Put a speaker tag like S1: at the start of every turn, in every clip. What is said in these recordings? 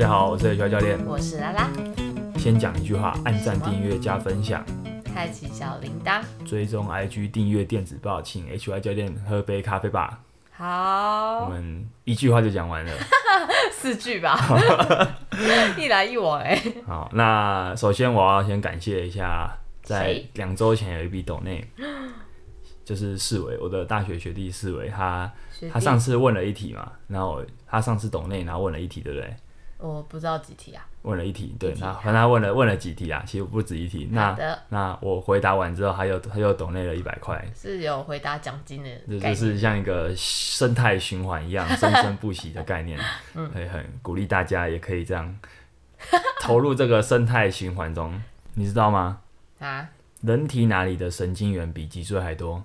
S1: 家好，我是野球教练。
S2: 我是拉拉，
S1: 先讲一句话：按赞、
S2: 什么
S1: 订阅、加分享，
S2: 开启小铃铛。
S1: 追踪 IG，订阅电子报，请 HY 教练喝杯咖啡吧。我
S2: 好，
S1: 们一句话就讲完了。
S2: 四句吧，一来一往哎、
S1: 好，那首先我要先感谢一下，在
S2: 谁
S1: 两周前有一笔抖 内，就是世伟，我的大学学弟世伟，他
S2: 学
S1: 他
S2: 弟
S1: 上次问了一题嘛，然后他上次抖内，然后问了一题，对不对？
S2: 我不知道几题啊。
S1: 问了一题，对，
S2: 一题
S1: 那反正他问了问了几题啊，其实不止一题。
S2: 好
S1: 那
S2: 的，
S1: 那我回答完之后，他又他又抖内了一百块，
S2: 是有回答奖金的
S1: 这就
S2: 概念。
S1: 是像一个生态循环一样，生生不息的 概念，
S2: 嗯
S1: 很很鼓励大家也可以这样投入这个生态循环中。你知道吗？
S2: 啊
S1: 人体哪里的神经元比脊椎还多？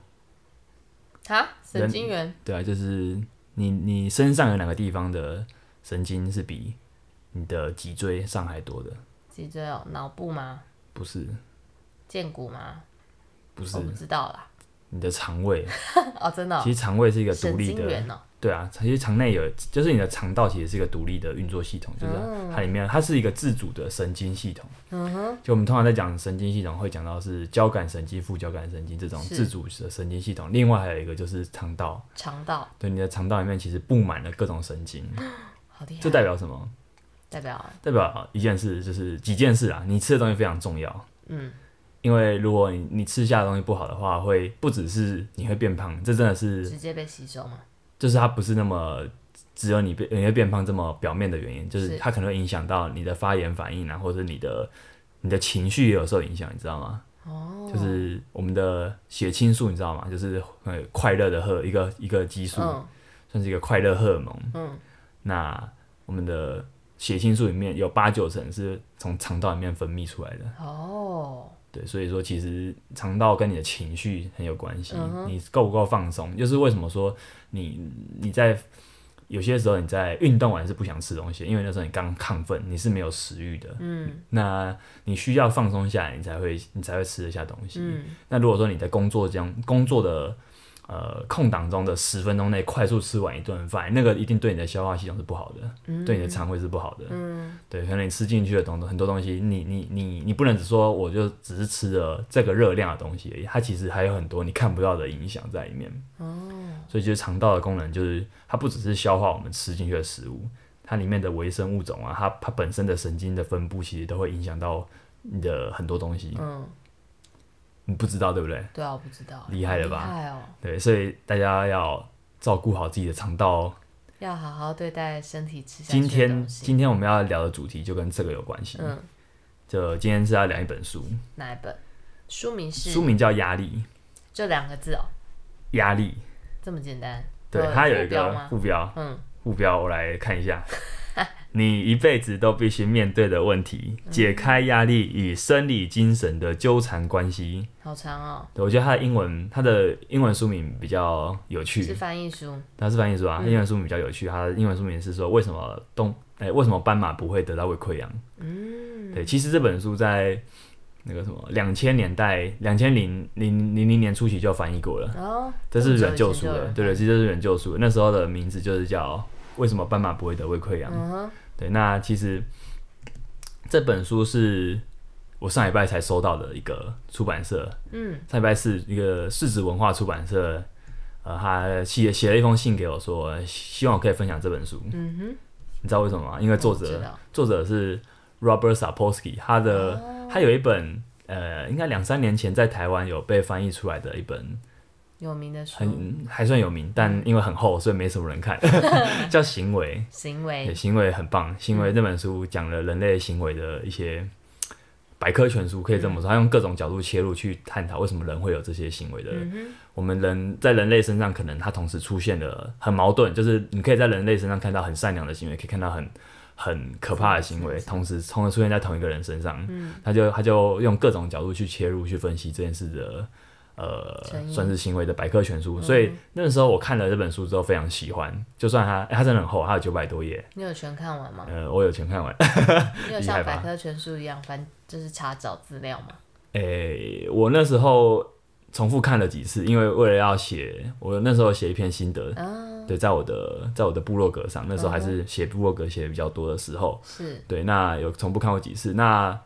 S2: 啊，神经元
S1: 对啊，就是你你身上有哪个地方的神经是比你的脊椎上还多的？
S2: 脊椎哦，脑部吗？
S1: 不是，
S2: 剑骨吗？
S1: 不是
S2: 我，不知道啦。
S1: 你的肠胃。
S2: 哦，真哦的、哦，
S1: 其实肠胃是一个独
S2: 神
S1: 立
S2: 经
S1: 的，
S2: 元哦，
S1: 对啊，其实肠内有，就是你的肠道其实是一个独立的运作系统，就是它里面它是一个自主的神经系统。嗯哼，就我们通常在讲神经系统，会讲到是交感神经、副交感神经这种
S2: 是
S1: 自主的神经系统。另外还有一个就是肠道，
S2: 肠道，
S1: 对，你的肠道里面其实布满了各种神 经，
S2: 好厉
S1: 这
S2: 害。
S1: 代表什么？
S2: 代表
S1: 代表一件事，就是几件事啊，你吃的东西非常重要。
S2: 嗯，
S1: 因为如果你你吃下的东西不好的话，会不只是你会变胖，这真的是
S2: 直接被吸收吗？
S1: 就是它不是那么只有你变你会变胖这么表面的原因，就是
S2: 是
S1: 它可能会影响到你的发炎反应啊，或者你的你的情绪也有受影响，你知道吗？
S2: 哦，
S1: 就是我们的血清素，你知道吗？就是呃快乐的荷一个一个激素，
S2: 嗯
S1: 算是一个快乐荷尔蒙。
S2: 嗯，
S1: 那我们的血清素里面有八九成是从肠道里面分泌出来的，
S2: 哦，
S1: 对，所以说其实肠道跟你的情绪很有关系，
S2: 嗯
S1: 你够不够放松，就是为什么说你你在有些时候你在运动完是不想吃东西，因为那时候你刚亢奋，你是没有食欲的，
S2: 嗯
S1: 那你需要放松下来，你才会你才会吃得下东西。
S2: 嗯，
S1: 那如果说你在工作中工作的呃空档中的十分钟内快速吃完一顿饭，那个一定对你的消化系统是不好的，对你的肠胃是不好的。
S2: 嗯，
S1: 对，可能你吃进去的东很多东西，你你你你不能只说我就只是吃了这个热量的东西而已，它其实还有很多你看不到的影响在里面。哦，所以就是肠道的功能就是它不只是消化我们吃进去的食物，它里面的微生物种啊，它它本身的神经的分布其实都会影响到你的很多东西。
S2: 嗯，
S1: 你不知道对不对？
S2: 对啊，我不知道，
S1: 厉害了吧
S2: 厉害哦，
S1: 对，所以大家要照顾好自己的肠道哦。
S2: 要好好对待身体吃下去
S1: 今
S2: 的
S1: 天
S2: 东西
S1: 今天我们要聊的主题就跟这个有关系。
S2: 嗯，
S1: 就今天是要聊一本书，
S2: 哪一本？书名是
S1: 书名叫《压力》，
S2: 就两个字哦，
S1: 压力。
S2: 这么简单。
S1: 对，
S2: 有
S1: 它有
S2: 嗯副
S1: 一
S2: 标
S1: 个
S2: 吗？
S1: 副标，
S2: 嗯，
S1: 副标我来看一下。 你一辈子都必须面对的问题，
S2: 嗯
S1: 解开压力与生理精神的纠缠关系。
S2: 好长哦，
S1: 对我觉得它的英文，它的英文书名比较有
S2: 是嗯
S1: 趣，
S2: 翻译书。
S1: 它是翻译书啊，它英文书名比较有趣。它的英文书名是说为什么动，哎、为什么斑马不会得到胃溃疡？嗯，对，其实这本书在那个什么两千年代，两千零零零零年初期就翻译过了。
S2: 然后
S1: 这是
S2: 很
S1: 软
S2: 久
S1: 救
S2: 以前
S1: 书
S2: 就有
S1: 的，
S2: 人
S1: 对对，其实这是软救书。那时候的名字就是叫《为什么斑马不会得胃溃疡》。
S2: 嗯哼，
S1: 对，那其实这本书是我上礼拜才收到的一个出版社，
S2: 嗯，
S1: 上礼拜是一个市值文化出版社，呃，他写写了一封信给我说，希望我可以分享这本书。
S2: 嗯哼，
S1: 你知道为什么吗？因为作
S2: 我知
S1: 者
S2: 道
S1: 作者是 Robert Sapolsky，他的、
S2: 哦
S1: 他有一本呃，应该两三年前在台湾有被翻译出来的一本
S2: 有名的书
S1: 很还算有名，但因为很厚，所以没什么人看。叫《行为》
S2: 行
S1: 对，
S2: 为
S1: 《行为》很棒，《行为》这本书讲了人类行为的一些嘖百科全书，可以这
S2: 嗯
S1: 么说，它用各种角度切入去探讨为什么人会有这些行为的。
S2: 嗯
S1: 我们人在人类身上，可能它同时出现了很矛盾，就是你可以在人类身上看到很善良的行为，可以看到很。很可怕的行为，同时同时出现在同一个人身上，
S2: 嗯
S1: 他就他就用各种角度去切入去分析这件事的，呃
S2: 成，因嗯
S1: 算是行为的百科全书。所以那时候我看了这本书之后非常喜欢，就算它、欸它真的很厚，它有九百多页，
S2: 你有全看完吗？
S1: 呃，我有全看完。
S2: 你有
S1: 厉害
S2: 像
S1: 吧
S2: 百科全书一样翻，就是查找资料吗？
S1: 诶、我那
S2: 嗯啊
S1: 时候重复看了几次，因为为了要写，我那时候写一篇心得，对，在我的在我的部落格上，那时候还是写部落格写得比较多的时候，
S2: 是
S1: 对，那有重复看过几次。那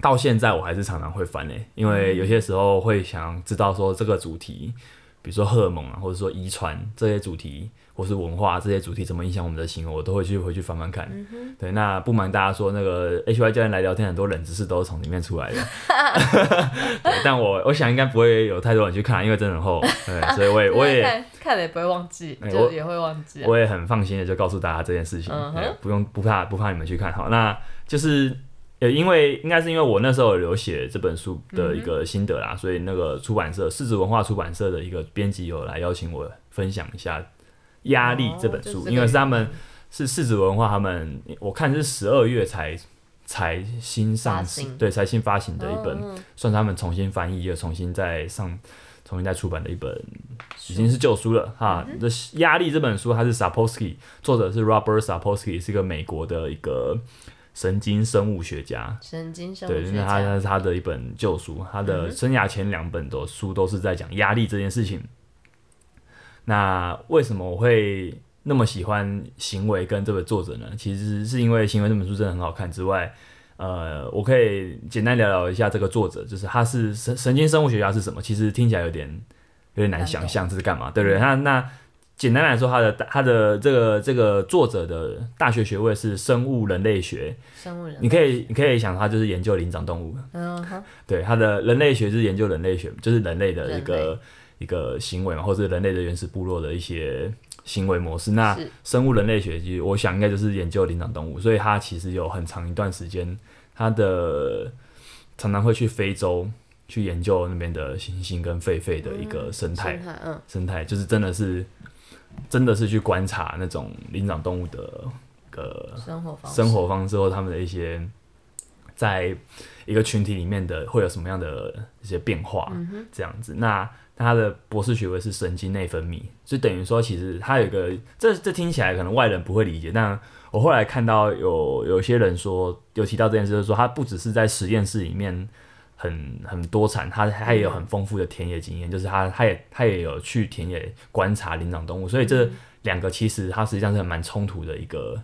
S1: 到现在我还是常常会翻诶、因为有些时候会想知道说这个主题，比如说荷尔蒙啊，或者说遗传这些主题，或是文化这些主题怎么影响我们的行为，我都会去回去翻翻看。对，那不瞒大家说，那个 H Y 教练来聊天，很多冷知识都是从里面出来的。对但我我想应该不会有太多人去看，因为真的很厚，对，所以 我也我也。
S2: 看看了也不会忘记，
S1: 哎
S2: 就
S1: 我
S2: 也会忘记啊。
S1: 我也很放心的就告诉大家这件事情，
S2: 嗯哼
S1: 对不用不怕不怕你们去看好，那就是呃，因为应该是因为我那时候有写这本书的
S2: 嗯
S1: 一个心得啦，所以那个出版社世子文化出版社的一个编辑有来邀请我分享一下《压力》这本
S2: 哦就
S1: 书，
S2: 是这个
S1: 因为是他们是世子文化他们，我看是十二月才才新
S2: 发
S1: 上市
S2: 行，
S1: 对，才新发行的一本，
S2: 嗯嗯
S1: 算是他们重新翻译又重新再上。重新再出版的一本已
S2: 书
S1: 经是旧书了哈。这、压力》这本书，它是 Sapolsky，作者是 Robert Sapolsky，是一个美国的一个神经生物学家。
S2: 神经生物
S1: 对，
S2: 学
S1: 那他
S2: 家，嗯
S1: 他是他的一本旧书，他的生涯前两本的书都是在讲压力这件事情。那为什么我会那么喜欢行为跟这位作者呢？其实是因为行为这本书真的很好看之外，呃，我可以简单聊聊一下这个作者，就是他是神神经生物学家是什么？其实听起来有点有点难想象这是干嘛，对不
S2: 嗯
S1: 对？他那简单来说，他的他的这个这个作者的大学学位是生物人类学，
S2: 生物人，
S1: 你可以你可以想他就是研究灵长动物，
S2: 嗯哼，
S1: 对，他的人类学就是研究人类学，就是人类的一
S2: 人
S1: 个一个行为嘛，或者人类的原始部落的一些行为模式。那
S2: 是
S1: 生物人类学，其实我想应该就是研究灵长动物，所以他其实有很长一段时间，他的常常会去非洲去研究那边的猩猩跟狒狒的一个生态。
S2: 生态，嗯，
S1: 生态，就是真的是真的是去观察那种灵长动物的呃
S2: 生活方式，
S1: 生活方式或他们的一些在一个群体里面的会有什么样的一些变化，
S2: 嗯
S1: 这样子。那他的博士学位是神经内分泌，就等于说其实他有一个这这听起来可能外人不会理解，但我后来看到有有些人说有提到这件事，就是说他不只是在实验室里面。很很多产，他他也有很丰富的田野经验，就是他他也他也有去田野观察灵长动物，所以这两个其实它实际上是蛮冲突的一个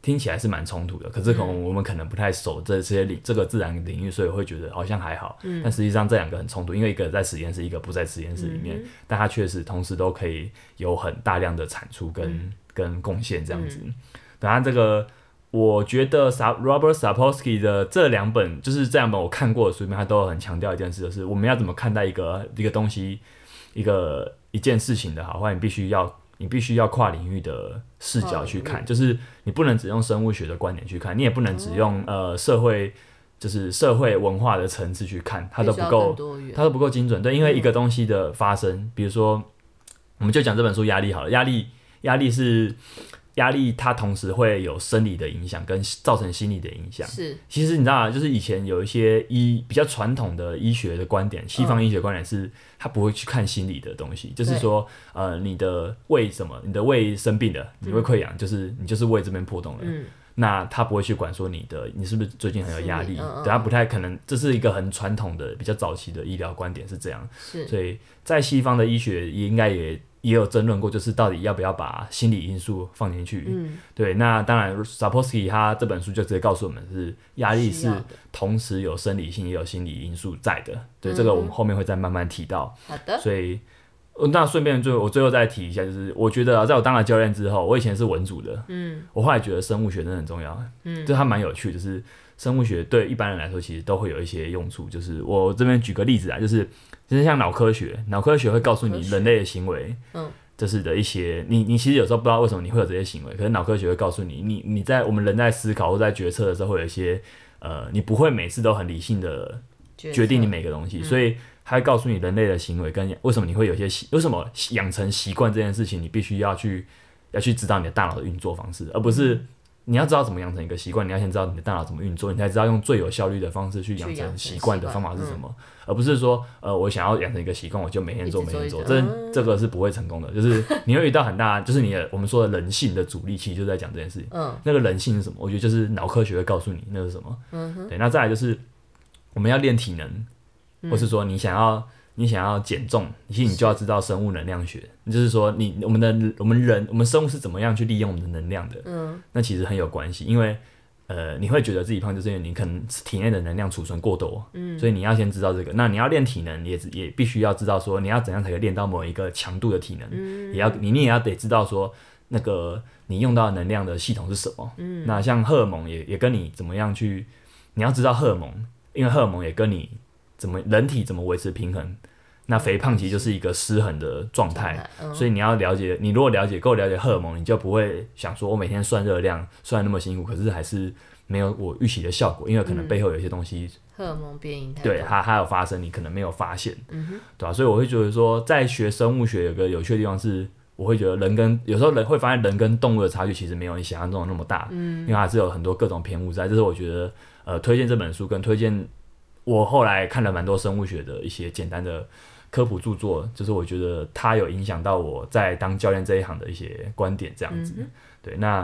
S1: 听起来是蛮冲突的，可是可能我们可能不太熟这这些领这个自然领域，所以会觉得好像还好。但实际上这两个很冲突，因为一个在实验室，一个不在实验室里面，但它确实同时都可以有很大量的产出跟、跟贡献这样子。然后这个我觉得 Sa Robert Sapolsky 的这两本就是这两本我看过的书里面，他都有很强调一件事，就是我们要怎么看待一个一个东西，一个一件事情的好坏，你必须要你必须要跨领域的视角去看，就是你不能只用生物学的观点去看，你也不能只用、呃社会就是社会文化的层次去看，它都
S2: 必
S1: 不
S2: 须要
S1: 够
S2: 更，多元，
S1: 它都不够精准。对，因为一个东西的发生，比如说，我们就讲这本书压力好了，压力压力是压力，它同时会有生理的影响跟造成心理的影响。
S2: 是
S1: 其实你知道啊，就是以前有一些医比较传统的医学的观点，西方医学观点是，他不会去看心理的东西，就是说，呃，你的胃什么，你的胃生病了，你会溃疡，就是你就是胃这边破洞了，
S2: 嗯
S1: 那他不会去管说你的你是不是最近很有压
S2: 心
S1: 力，
S2: 理嗯嗯
S1: 对他啊不太可能，这是一个很传统的比较早期的医疗观点是这样，
S2: 是
S1: 所以在西方的医学也应该也也有争论过，就是到底要不要把心理因素放进去，
S2: 嗯
S1: 对，那当然 s a p o s k y 他这本书就直接告诉我们是压力
S2: 需
S1: 是
S2: 要的
S1: 同时有生理性也有心理因素在的。对，
S2: 嗯
S1: 这个我们后面会再慢慢提到。
S2: 好的，
S1: 所以，呃那顺便最后我最后再提一下，就是我觉得、啊、在我当了教练之后，我以前是文组的，
S2: 嗯
S1: 我后来觉得生物学真的很重要，
S2: 嗯
S1: 就它蛮有趣，就是生物学对一般人来说其实都会有一些用处。就是我这边举个例子啊，就是就是像脑科学，脑科学会告诉
S2: 脑
S1: 你
S2: 科学
S1: 人类的行为，
S2: 嗯，
S1: 就是的一些你你其实有时候不知道为什么你会有这些行为，可是脑科学会告诉你，你你在我们人在思考或在决策的时候会有一些呃，你不会每次都很理性的决定你每个
S2: 嗯
S1: 东西，所以它会告诉你人类的行为跟为什么你会有些习，为什么养成习惯这件事情，你必须要去要去知道你的大脑的运作方式，而不是
S2: 嗯
S1: 你要知道怎么养成一个习惯，你要先知道你的大脑怎么运作，你才知道用最有效率的方式去
S2: 去
S1: 养
S2: 养
S1: 成
S2: 成
S1: 习
S2: 习
S1: 惯的
S2: 惯嗯
S1: 方法是什么，而不是说呃我想要养成一个习惯，我就每天
S2: 一
S1: 做
S2: 直
S1: 每
S2: 做啊
S1: 天
S2: 一
S1: 做，
S2: 直
S1: 这这个是不会成功的，就是你会遇到很大，就是你的我们说的人性的阻力，其实就在讲这件事情。
S2: 嗯
S1: 那个人性是什么？我觉得就是脑科学会告诉你
S2: 嗯嗯
S1: 那是什么。对，那再来就是我们要练体能，或是说你想要你想要减重，其实你就要知道生物能量学，就是说你我们的我们人我们生物是怎么样去利用我们的能量的，
S2: 嗯，
S1: 那其实很有关系，因为呃，你会觉得自己胖，就是因为你可能体内的能量储存过多，嗯，所以你要先知道这个。那你要练体能也，也必须要知道说你要怎样才可以练到某一个强度的体能，嗯、也要你你也要得知道说那个你用到的能量的系统是什么，嗯，那像荷尔蒙也也跟你怎么样去，你要知道荷尔蒙，因为荷尔蒙也跟你怎么人体怎么维持平衡。那肥胖其实就是一个失衡的状态，
S2: 嗯
S1: 所以你要了解，你如果了解够了解荷尔蒙，你就不会想说我哦每天算热量，虽然那么辛苦，可是还是没有我预期的效果，因为可能背后有一些东西，
S2: 荷尔蒙变异太
S1: 对
S2: 多
S1: 它它有发生，你可能没有发现，对啊吧、所以我会觉得说，在学生物学有个有趣的地方是，我会觉得人跟有时候人会发现人跟动物的差距其实没有你想象中的那么大，因为还是有很多各种偏误在，这是我觉得呃推荐这本书跟推荐我后来看了蛮多生物学的一些简单的科普著作，就是我觉得它有影响到我在当教练这一行的一些观点，这样子。对，那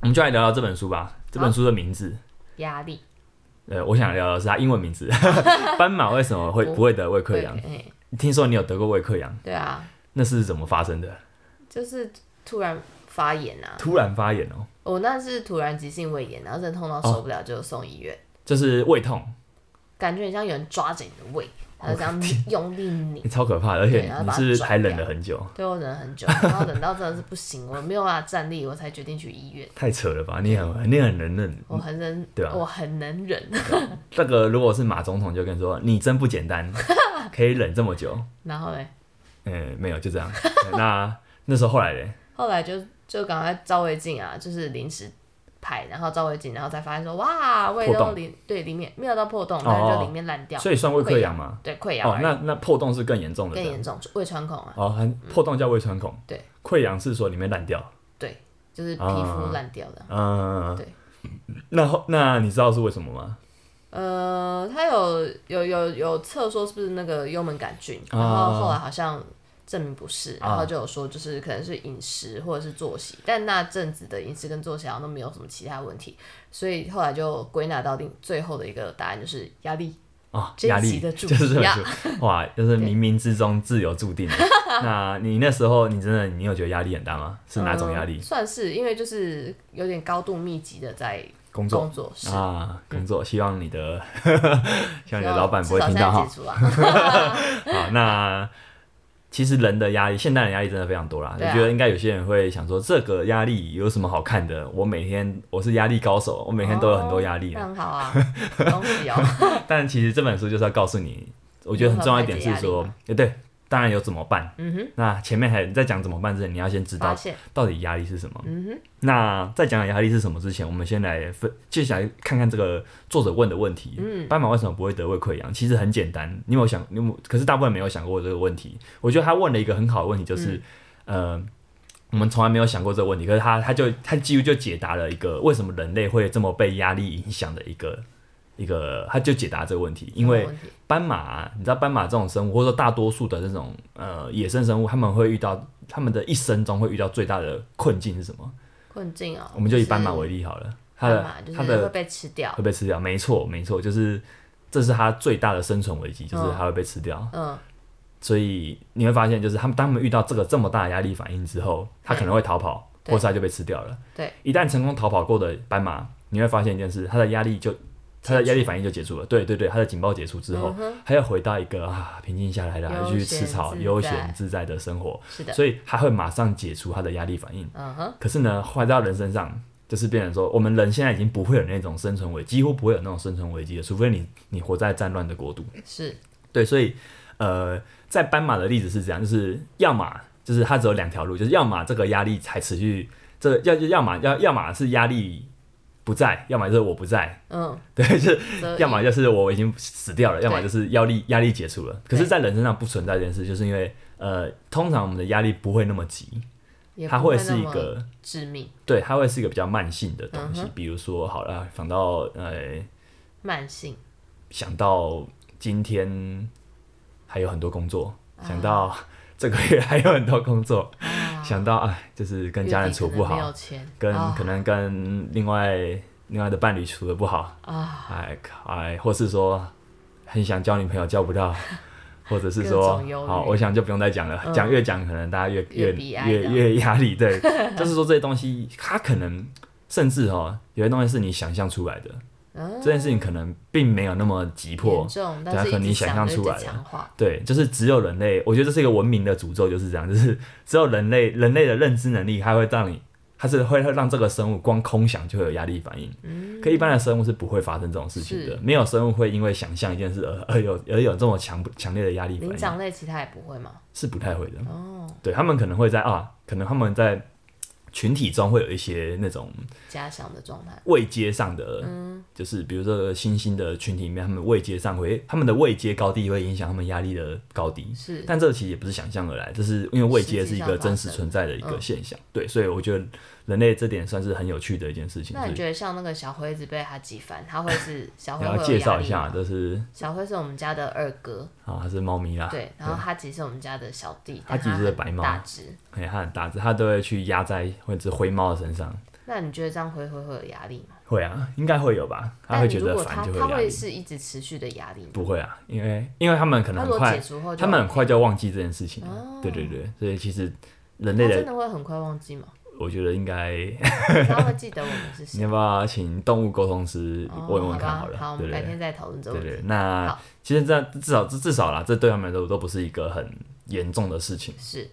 S1: 我们就来聊聊这本书吧。这本书的名字，
S2: 压力
S1: 呃，我想聊的是它英文名 字，斑马为什么会不会得胃溃疡？
S2: 对
S1: 听说你有得过胃溃疡，
S2: 对啊，
S1: 那是怎么发生的？
S2: 就是突然发炎啊，
S1: 突然发炎哦，
S2: 我那是突然急性胃炎，然后真的痛到受不了，就送医院，
S1: 就是胃痛，
S2: 感觉很像有人抓着你的胃，然
S1: 哦
S2: 后这样用力 拧。
S1: 欸超可怕的，而且
S2: 对然后
S1: 你
S2: 把它
S1: 是
S2: 转
S1: 还忍
S2: 掉
S1: 了很久，
S2: 对我忍了很久，然后等到真的是不行，我没有办法站立，我才决定去医院。
S1: 太扯了吧？你很你很能忍，
S2: 我很能，
S1: 对啊
S2: 我很能忍。
S1: 这个如果是马总统就跟你说，你真不简 单，可以忍这么久。
S2: 然后嘞，
S1: 嗯，没有，就这 样。那那时候后来嘞，
S2: 后来就就赶快照胃镜啊，就是临时拍，然后照胃镜，然后才发现说哇，胃
S1: 破
S2: 都
S1: 洞
S2: 里对里面没有到破洞，
S1: 哦
S2: 但是就里面烂掉，
S1: 所以算胃溃疡吗？
S2: 对溃疡
S1: 哦，
S2: 而已，
S1: 那那破洞是更严重的，
S2: 啊更
S1: 这样
S2: 严重，胃穿孔啊，
S1: 哦，很破洞叫胃穿孔，
S2: 对，
S1: 溃疡是说里面烂掉，
S2: 对，就是皮
S1: 啊
S2: 肤烂掉的。
S1: 嗯，
S2: 对。
S1: 那后那你知道是为什么吗？
S2: 呃，他有有有有测说是不是那个幽门杆菌，
S1: 啊
S2: 然后后来好像证明不是，
S1: 啊
S2: 然后就有说就是可能是饮食或者是作息，但那阵子的饮食跟作息好像都没有什么其他问题，所以后来就归纳到另最后的一个答案就是压力。
S1: 啊，
S2: 珍
S1: 压力
S2: 惜的
S1: 就
S2: 注
S1: 是这本
S2: 呀
S1: 书，哇，就是冥冥之中自有注 定的。那你那时候你真的你有觉得压力很大吗？是哪种压力
S2: 嗯？算是因为就是有点高度密集的在
S1: 工作
S2: 工作室。
S1: 啊，工作，希望你 的希望你的
S2: 希望
S1: 老板不会
S2: 至少
S1: 听到
S2: 现
S1: 哈
S2: 在。解除啊，
S1: 好，那其实人的压力，现代人压力真的非常多啦。我、
S2: 对啊
S1: 觉得应该有些人会想说，这个压力有什么好看的？我每天我是压力高手，我 每天都有很多压力
S2: 那
S1: 啊。
S2: 很哦好啊，恭喜 哦。
S1: 但其实这本书就是要告诉你，我觉得很重要一点是
S2: 如何
S1: 说
S2: 排解压力吗，
S1: 呃对，当然有怎么办。
S2: 嗯哼，
S1: 那前面还在讲怎么办之前，你要先知
S2: 发
S1: 道
S2: 现，
S1: 到底压力是什么。
S2: 嗯哼，
S1: 那在讲压力是什么之前，我们先来分，就想看看这个作者问的问题。
S2: 嗯
S1: 斑马为什么不会得胃溃疡？其实很简单，你有没有想？你有没有可是大部分人没有想过这个问题。我觉得他问了一个很好的问题，就是、
S2: 嗯
S1: 呃，我们从来没有想过这个问题，可是他他就他几乎就解答了一个为什么人类会这么被压力影响的一个一个，他就解答这个问题，因为
S2: 没有问题
S1: 斑马啊，你知道斑马这种生物，或者说大多数的这种呃野生生物，他们会遇到他们的一生中会遇到最大的困境是什么？
S2: 困境啊，
S1: 我们就以斑马
S2: 是
S1: 为例好了，它
S2: 斑
S1: 的
S2: 马就是
S1: 它
S2: 会
S1: 的
S2: 被吃掉。
S1: 会被吃掉，没错没错，就是这是它最大的生存危机，就是
S2: 嗯
S1: 它会被吃掉。
S2: 嗯，
S1: 所以你会发现，就是他们当他们遇到这个这么大的压力反应之后，他可能会逃跑，
S2: 对
S1: 或是他就被吃掉了。
S2: 对，
S1: 一旦成功逃跑过的斑马，你会发现一件事，它的压力就它的压力反应就结束了。对对对，它的警报结束之
S2: 嗯
S1: 后，它要回到一个啊平静下来的，
S2: 悠
S1: 还
S2: 闲
S1: 去吃草、
S2: 自在
S1: 悠闲自在的生活，
S2: 是的，
S1: 所以它会马上解除它的压力反应。
S2: 嗯哼，
S1: 可是呢，回到人身上，就是变成说，我们人现在已经不会有那种生存危，几乎不会有那种生存危机了，除非你你活在战乱的国度。
S2: 是
S1: 对，所以呃，在斑马的例子是这样，就是要么就是它只有两条路，就是要么这个压力才持续，这个要要么要要么是压力不在，要么就是我不在，
S2: 嗯，
S1: 对，就是
S2: 所以
S1: 要么就是我已经死掉了，要么
S2: 对
S1: 就是压力压力解除了。可是，
S2: 对
S1: 在人身上不存在这件事，就是因为呃，通常我们的压力不会那么急，
S2: 也
S1: 它
S2: 不会
S1: 是
S2: 那
S1: 一
S2: 么
S1: 个
S2: 致命
S1: 对，它会是一个比较慢性的东西。
S2: 嗯哼
S1: 比如说，好了，想到呃，
S2: 慢性，
S1: 想到今天还有很多工作，
S2: 啊
S1: 想到 这个月还有很多工作，想到哎，就是跟家人处不
S2: 月底可能没有
S1: 好，
S2: 钱，
S1: 跟、
S2: 啊
S1: 可能跟另外另外的伴侣处的不好，
S2: 啊，
S1: 哎哎，或是说很想交女朋友交不到，或者是
S2: 各
S1: 说
S2: 种忧，
S1: 好，
S2: 虑
S1: 我想就不用再讲了，
S2: 嗯
S1: 讲越讲可能大家越
S2: 越
S1: 越
S2: 悲哀
S1: 越
S2: 这样
S1: 越压力， 对，就是说这些东西，它可能甚至哦，有些东西是你想象出来的，
S2: 嗯，
S1: 这件事情可能并没有那么急迫
S2: 严，重，
S1: 对啊
S2: 但是
S1: 可能
S2: 一
S1: 你
S2: 直
S1: 想
S2: 想
S1: 象
S2: 就
S1: 出
S2: 一直
S1: 来了
S2: 强化，
S1: 对，就是只有人类，我觉得这是一个文明的诅咒，就是这样，就是 只有人类人类的认知能力，它会让你，它是会让这个生物光空想就会有压力反应。可一般的生物是不会发生这种事情的
S2: 嗯是，
S1: 没有生物会因为想象一件事而而有而有这么强强烈的压力反
S2: 灵
S1: 应，
S2: 长类其他也不会嘛。
S1: 是不太会的。
S2: 哦，
S1: 对他们可能会在啊，可能他们在群体中会有一些那种
S2: 假想的状态，
S1: 位阶上的，
S2: 嗯
S1: 就是比如说新兴的群体里面，他们位阶上会，他们的位阶高低会影响他们压力的高低。
S2: 是
S1: 但这其实也不是想象而来，这是因为未接是一个真实
S2: 实际上发生的
S1: 存在的一个
S2: 嗯
S1: 现象，对，所以我觉得人类这点算是很有趣的一件事情。
S2: 那你
S1: 是
S2: 觉得像那个小灰子被他挤翻，他 会是小
S1: 你
S2: 灰
S1: 要
S2: 会有
S1: 介
S2: 压
S1: 绍一
S2: 力
S1: 下，
S2: 吗？
S1: 就是
S2: 小灰是我们家的二哥，
S1: 啊，它是猫咪啦，
S2: 对，然后他其实是我们家的小弟，
S1: 他
S2: 但
S1: 其实是
S2: 很
S1: 白猫
S2: 大只。
S1: 哎，它很大只，它都会去压在或者是灰猫的身上，
S2: 那你觉得这样灰灰会有压力吗？
S1: 会啊，应该会有吧？它
S2: 但
S1: 会
S2: 你
S1: 觉
S2: 如
S1: 得
S2: 果
S1: 烦
S2: 他
S1: 就
S2: 他
S1: 有压
S2: 会
S1: 力，
S2: 是一直持续的压力吗？
S1: 不会啊，因为因为他们可
S2: 他
S1: 能
S2: 如
S1: 很
S2: 果
S1: 快
S2: 解，除哦后就，
S1: 他们很快就忘记这件事情了，对对对，所以其实人类
S2: 他
S1: 的，
S2: 真的会很快忘记吗？
S1: 我觉得应该，
S2: 他会记得我们是
S1: 你
S2: 谁？
S1: 要不要请动物沟通师
S2: 哦
S1: 问问看
S2: 好吧
S1: 了，
S2: 好，我
S1: 对
S2: 们
S1: 不
S2: 改
S1: 对？
S2: 天再讨论这个
S1: 对
S2: 问题。
S1: 对，那
S2: 好
S1: 其实这样至少至至少啦，这对他们来说都不是一个很严重的事情。
S2: 是，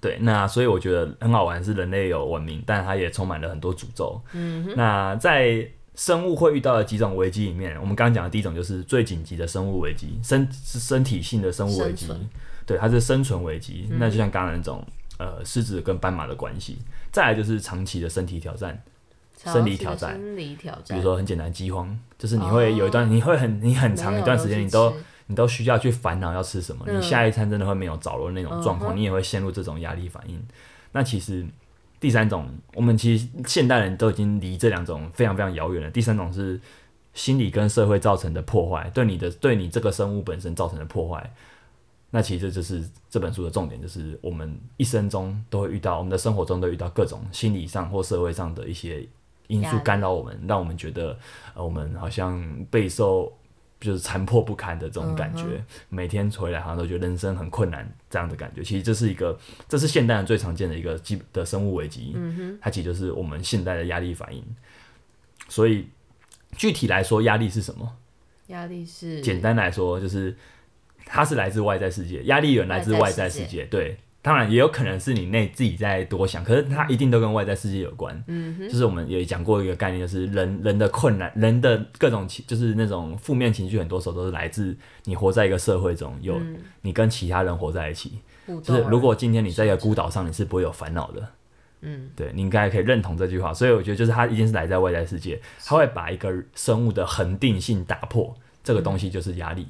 S1: 对，那所以我觉得很好玩，是人类有文明，但它也充满了很多诅咒。嗯那在生物会遇到的几种危机里面，我们刚刚讲的第一种就是最紧急的生物危机，身是身体性的生物危机
S2: 生存，嗯
S1: 对，它是生存危机。那就像刚刚那种呃狮子跟斑马的关系，再来就是长期的身体挑战，生理挑战
S2: 生理挑
S1: 比
S2: 战，
S1: 如说很简单饥荒，就是你
S2: 哦
S1: 会有一段，你会很你很
S2: 没
S1: 长
S2: 有
S1: 一段时
S2: 东
S1: 间
S2: 西
S1: 你都。
S2: 吃
S1: 你都需要去烦恼要吃什么，
S2: 嗯
S1: 你下一餐真的会没有着落那种状
S2: 嗯
S1: 况，
S2: 哼
S1: 你也会陷入这种压力反应。那其实第三种，我们其实现代人都已经离这两种非常非常遥远了。第三种是心理跟社会造成的破坏，对你的对你这个生物本身造成的破坏。那其实这就是这本书的重点，就是我们一生中都会遇到，我们的生活中都会遇到各种心理上或社会上的一些因
S2: 压
S1: 素
S2: 力
S1: 干扰我们，让我们觉得呃我们好像备受就是残破不堪的这种感觉，每天回来好像都觉得人生很困难这样的感觉。其实这是一个，这是现代人最常见的一个基的生物危机，它其实就是我们现代的压力反应。所以具体来说，压力是什么？
S2: 压力是
S1: 简单来说，就是它是来自外在世界，压力源来自外在世界，对。当然，也有可能是你内自己在多想，可是它一定都跟外在世界有关。嗯哼，就是我们也讲过一个概念，就是人人的困难，人的各种情，就是那种负面情绪，很多时候都是来自你活在一个社会中，有、你跟其他人活在一起。
S2: 互动
S1: 就
S2: 而
S1: 是
S2: 已，
S1: 如果今天你在一个孤岛上，你是不会有烦恼的。
S2: 嗯，
S1: 对，你应该可以认同这句话。所以我觉得，就是它一定是来在外在世界，它会把一个生物的恒定性打破，这个东西就是压
S2: 嗯
S1: 力。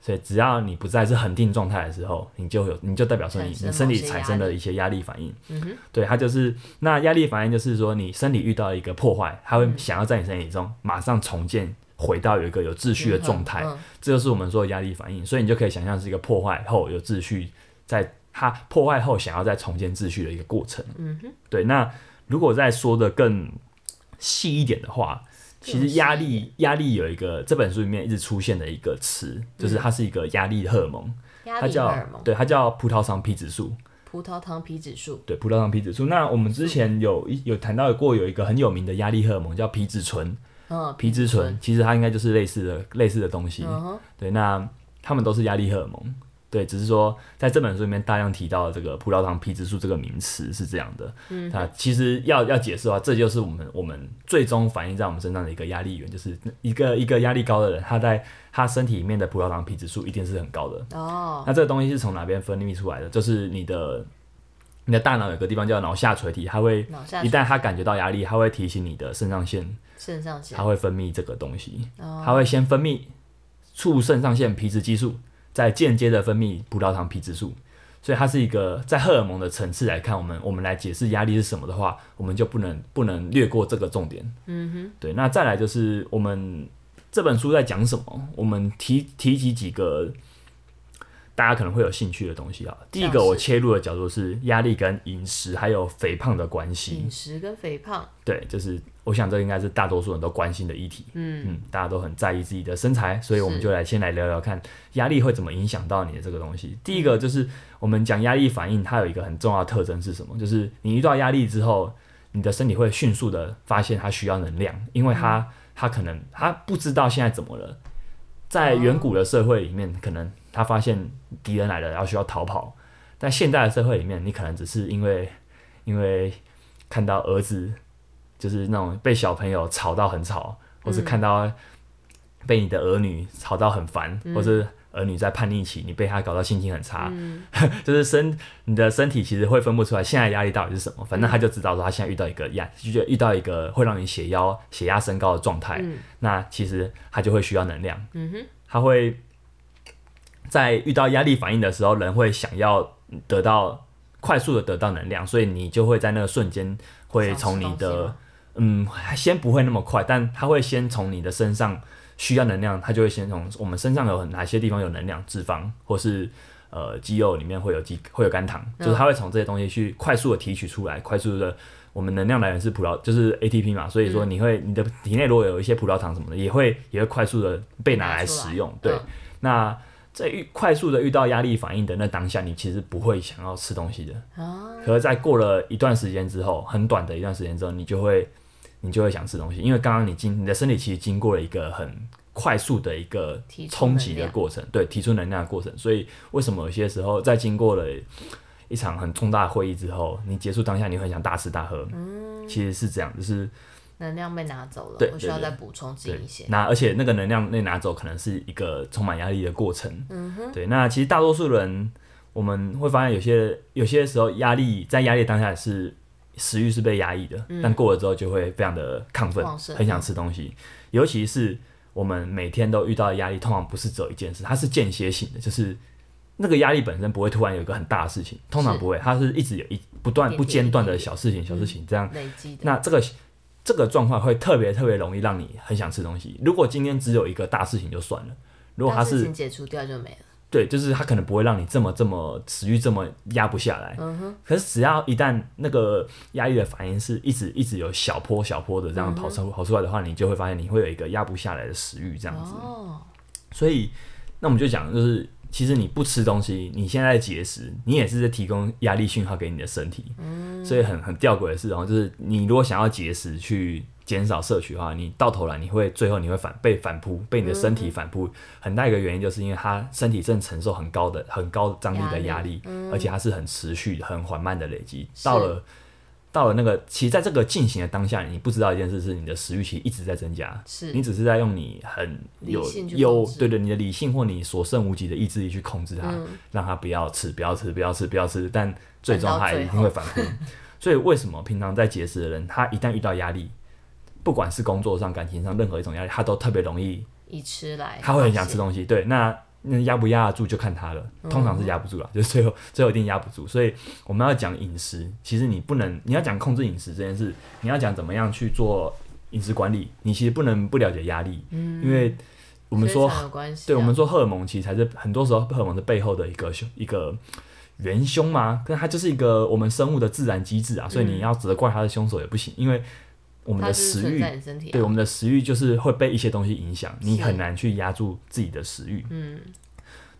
S1: 所以只要你不在是恒定状态的时候，你就会有，你就代表说你
S2: 产生
S1: 你身体
S2: 某些
S1: 产
S2: 压力
S1: 生了一些压力反应。
S2: 嗯哼，
S1: 对，它就是那压力反应就是说你身体遇到一个破坏，它
S2: 嗯
S1: 会想要在你身体中马上重建，回到有一个有秩序的
S2: 嗯
S1: 状态。
S2: 嗯
S1: 这就是我们说的压力反应。所以你就可以想象是一个破坏后有秩序，在它破坏后想要再重建秩序的一个过程。
S2: 嗯哼，
S1: 对，那如果再说的更细一点的话，其实压
S2: 更细一
S1: 力压力有一个这本书里面一直出现的一个词，就是它是一个压力荷尔蒙，
S2: 压
S1: 它
S2: 力荷
S1: 叫
S2: 尔蒙，
S1: 对它叫葡萄糖皮质素。
S2: 葡萄糖皮质素，
S1: 对，葡萄糖皮质素。那我们之前有一有谈到过，有一个很有名的压力荷尔蒙叫皮质醇，
S2: 嗯，
S1: 皮质醇其实它应该就是类似的类似的东西。
S2: 嗯哼，
S1: 对，那他们都是压力荷尔蒙。对，只是说在这本书里面大量提到这个葡萄糖皮质素这个名词是这样的。嗯，它其实要要解释的话，这就是我们我们最终反映在我们身上的一个压力源，就是一个一个压力高的人，他在他身体里面的葡萄糖皮质素一定是很高的。
S2: 哦，
S1: 那这个东西是从哪边分泌出来的？就是你的你的大脑有个地方叫脑下垂体，它会
S2: 脑下
S1: 一
S2: 垂
S1: 旦它感觉到压力，它会提醒你的肾上腺
S2: 肾上腺
S1: 它，会分泌这个东西，
S2: 哦
S1: 它会先分泌促肾上腺皮质激素，再间接的分泌葡萄糖皮质素。所以它是一个在荷尔蒙的层次来看，我们我们来解释压力是什么的话，我们就不能不能略过这个重点。嗯哼，对。那再来就是我们这本书在讲什么？我们提提及几个大家可能会有兴趣的东西啊。第一
S2: 像
S1: 个
S2: 是
S1: 我切入的角度是压力跟饮食还有肥胖的关系。
S2: 饮食跟肥胖，
S1: 对，就是我想这应该是大多数人都关心的议题。嗯大家都很在意自己的身材，所以我们
S2: 是
S1: 就来先来聊聊看压力会怎么影响到你的这个东西。第一个就是我们讲压力反应，它有一个很重要的特征是什么？就是你遇到压力之后，你的身体会迅速的发现它需要能量，因为它、它可能它不知道现在怎么了。在远古的社会里面，可能他发现敌人来了，然后需要逃跑；但现代的社会里面，你可能只是因为因为看到儿子就是那种被小朋友吵到很吵，或是看到被你的儿女吵到很烦，或是儿女在叛逆期，你被他搞到心情很差，就是身你的身体其实会分不出来现在压力到底是什么，反正他就知道说他现在遇到一个压，就觉得遇到一个会让你血压血压升高的状态，那其实他就会需要能量，
S2: 嗯哼，
S1: 他会在遇到压力反应的时候，人会想要得到快速的得到能量，所以你就会在那个瞬间会
S2: 想吃
S1: 从你
S2: 东西
S1: 的
S2: 吗
S1: 嗯，先不会那么快，但他会先从你的身上需要能量，他就会先从我们身上有很哪些地方有能量，脂肪或是呃肌肉里面会有肌会有肝糖，
S2: 嗯
S1: 就是他会从这些东西去快速的提取出来，快速的。我们能量来源是葡萄，就是 ATP 嘛，所以
S2: 嗯
S1: 说你会、你的体内如果有一些葡萄糖什么的，也会也会快速的被拿来
S2: 拿出来
S1: 使用。对，
S2: 嗯
S1: 那在遇快速的遇到压力反应的那当下，你其实不会想要吃东西的。
S2: 啊，
S1: 可是，在过了一段时间之后，很短的一段时间之后，你就会你就会想吃东西，因为刚刚你经你的身体其实经过了一个很快速的一个
S2: 提出
S1: 冲击
S2: 能
S1: 的
S2: 量
S1: 过程，对，提出能量的过程。所以，为什么有些时候在经过了一场很重大的会议之后，你结束当下你很想大吃大喝？
S2: 嗯
S1: 其实是这样，就是
S2: 能量被拿走了
S1: 对，
S2: 我需要
S1: 对对
S2: 再补充
S1: 对
S2: 进一些，
S1: 那而且那个能量被拿走，可能是一个充满压力的过程。嗯哼，对。那其实大多数人我们会发现，有些有些时候压力在压力当下是食欲是被压抑的，但过了之后就会非常的亢奋
S2: 嗯旺，盛嗯
S1: 很想吃东西。尤其是我们每天都遇到的压力，通常不是只有一件事，它是间歇性的，就是。那个压力本身不会突然有一个很大的事情，通常
S2: 是
S1: 不会，它是一直有一不断
S2: 一点点
S1: 不间断
S2: 一
S1: 的
S2: 点嗯
S1: 小事情、小事情这样
S2: 累积的，
S1: 那这个这个状况会特别特别容易让你很想吃东西。如果今天只有一个大事情就算了，如果它
S2: 但事
S1: 是
S2: 情解除掉就没了，
S1: 对，就是它可能不会让你这么这么食欲这么压不下来。
S2: 嗯
S1: 可是只要一旦那个压力的反应是一直一直有小坡小坡的这
S2: 嗯
S1: 样跑出、跑出来的话，你就会发现你会有一个压不下来的食欲这样子。
S2: 哦，
S1: 所以那我们就讲就是。其实你不吃东西，你现在节食，你也是在提供压力讯号给你的身体，
S2: 嗯
S1: 所以很很吊诡的是，然后就是你如果想要节食去减少摄取的话，你到头来你会最后你会反被反扑，被你的身体反
S2: 嗯
S1: 扑，很大一个原因就是因为它身体正承受很高的很高张力的压
S2: 压
S1: 力，而且它是很持续很缓慢的累积，
S2: 嗯是
S1: 到了到了那个，其实在这个进行的当下，你不知道一件事是你的食欲其实一直在增加，
S2: 是
S1: 你只是在用你很有
S2: 理性去
S1: 有
S2: 控制嗯
S1: 对对你的理性或你所剩无几的意志力去控制它，让它不要吃，不要吃，不要吃，不要吃，但最终
S2: 反倒
S1: 它一
S2: 最
S1: 定会反扑。 所以为什么平常在节食的人，他一旦遇到压力，不管是工作上、感情上任何一种压力，他都特别容易，
S2: 以吃来，
S1: 他会很想吃，东西。对，那那压不压得住就看他了，
S2: 哦
S1: 通常是压不住了， 就是最后最后一定压不住。所以我们要讲饮食，其实你不能，你要讲控制饮食这件事，你要讲怎么样去做饮食管理，你其实不能不了解压力，
S2: 嗯
S1: 因为我们说
S2: 非常有关系啊，
S1: 对，我们说荷尔蒙其实才是很多时候荷尔蒙的背后的一个凶一个元凶嘛，但它就是一个我们生物的自然机制啊，所以你要责怪它的凶手也不行，因为我们
S2: 嗯它
S1: 的
S2: 就是
S1: 食
S2: 存
S1: 欲，
S2: 在你身体啊，
S1: 对我们的食欲就是会被一些东西影响，你
S2: 是
S1: 很难去压住自己的食欲。
S2: 嗯，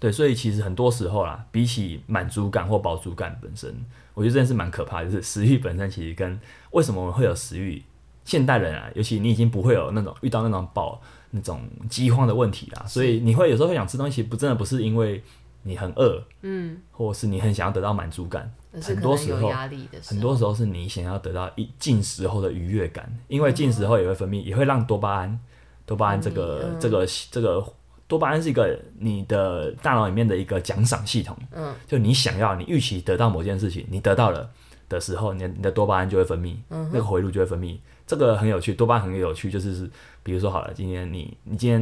S1: 对，所以其实很多时候啦，比起满足感或饱足感本身，我觉得真的是蛮可怕的。就是 食欲本身其实跟为什么我们会有食欲，现代人啊，尤其你已经不会有那种遇到那种饱那种饥荒的问题啦，所以你会有时候会想吃东西，不真的不是因为你很饿，嗯，或是你很想要得到满足感，
S2: 可是
S1: 很
S2: 可
S1: 多
S2: 能
S1: 时
S2: 有
S1: 候
S2: 压力的时候，
S1: 很多时候是你想要得到一进食后的愉悦感，因
S2: 嗯
S1: 为进食后也会分泌，也会让多巴胺，多巴胺这个、
S2: 嗯
S1: 这个这个多巴胺是一个你的大脑里面的一个奖赏系统，嗯，就你想要，你预期得到某件事情，你得到了的时候，你的你的多巴胺就会分泌，
S2: 嗯
S1: 那个回路就会分泌，这个很有趣，多巴胺很有趣，就是是比如说好了，今天你你今天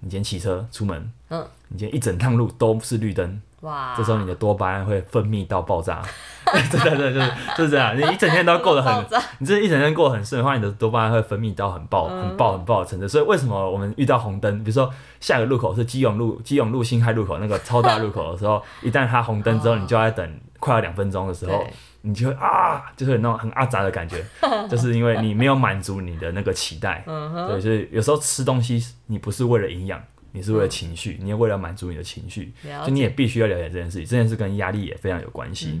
S1: 你今天骑车出门，
S2: 嗯，
S1: 你今天一整趟路都是绿灯，
S2: 哇，
S1: 这时候你的多巴胺会分泌到爆炸， 真的真的就是就是这样，你一整天都要过 得很
S2: 爆炸
S1: 你这一整天过得很顺的话，你的多巴胺会分泌到很爆、
S2: 嗯
S1: 很爆、很爆的程度。所以为什么我们遇到红灯，比如说下个路口是基隆路、基隆路新海路口那个超大路口的时候，一旦它红灯之后，
S2: 哦
S1: 你就要等快要两分钟的时候
S2: 对，
S1: 你就会啊，就是有那种很阿杂的感 觉，就是因为你没有满足你的那个期待。
S2: 嗯
S1: 对，所以有时候吃东西，你不是为了营养，你是为
S2: 嗯
S1: 了情绪，你也为了满足你的情绪。
S2: 了
S1: 就
S2: 解嗯
S1: 你也必须要了解这件事情，这件事跟压力也非常有关系。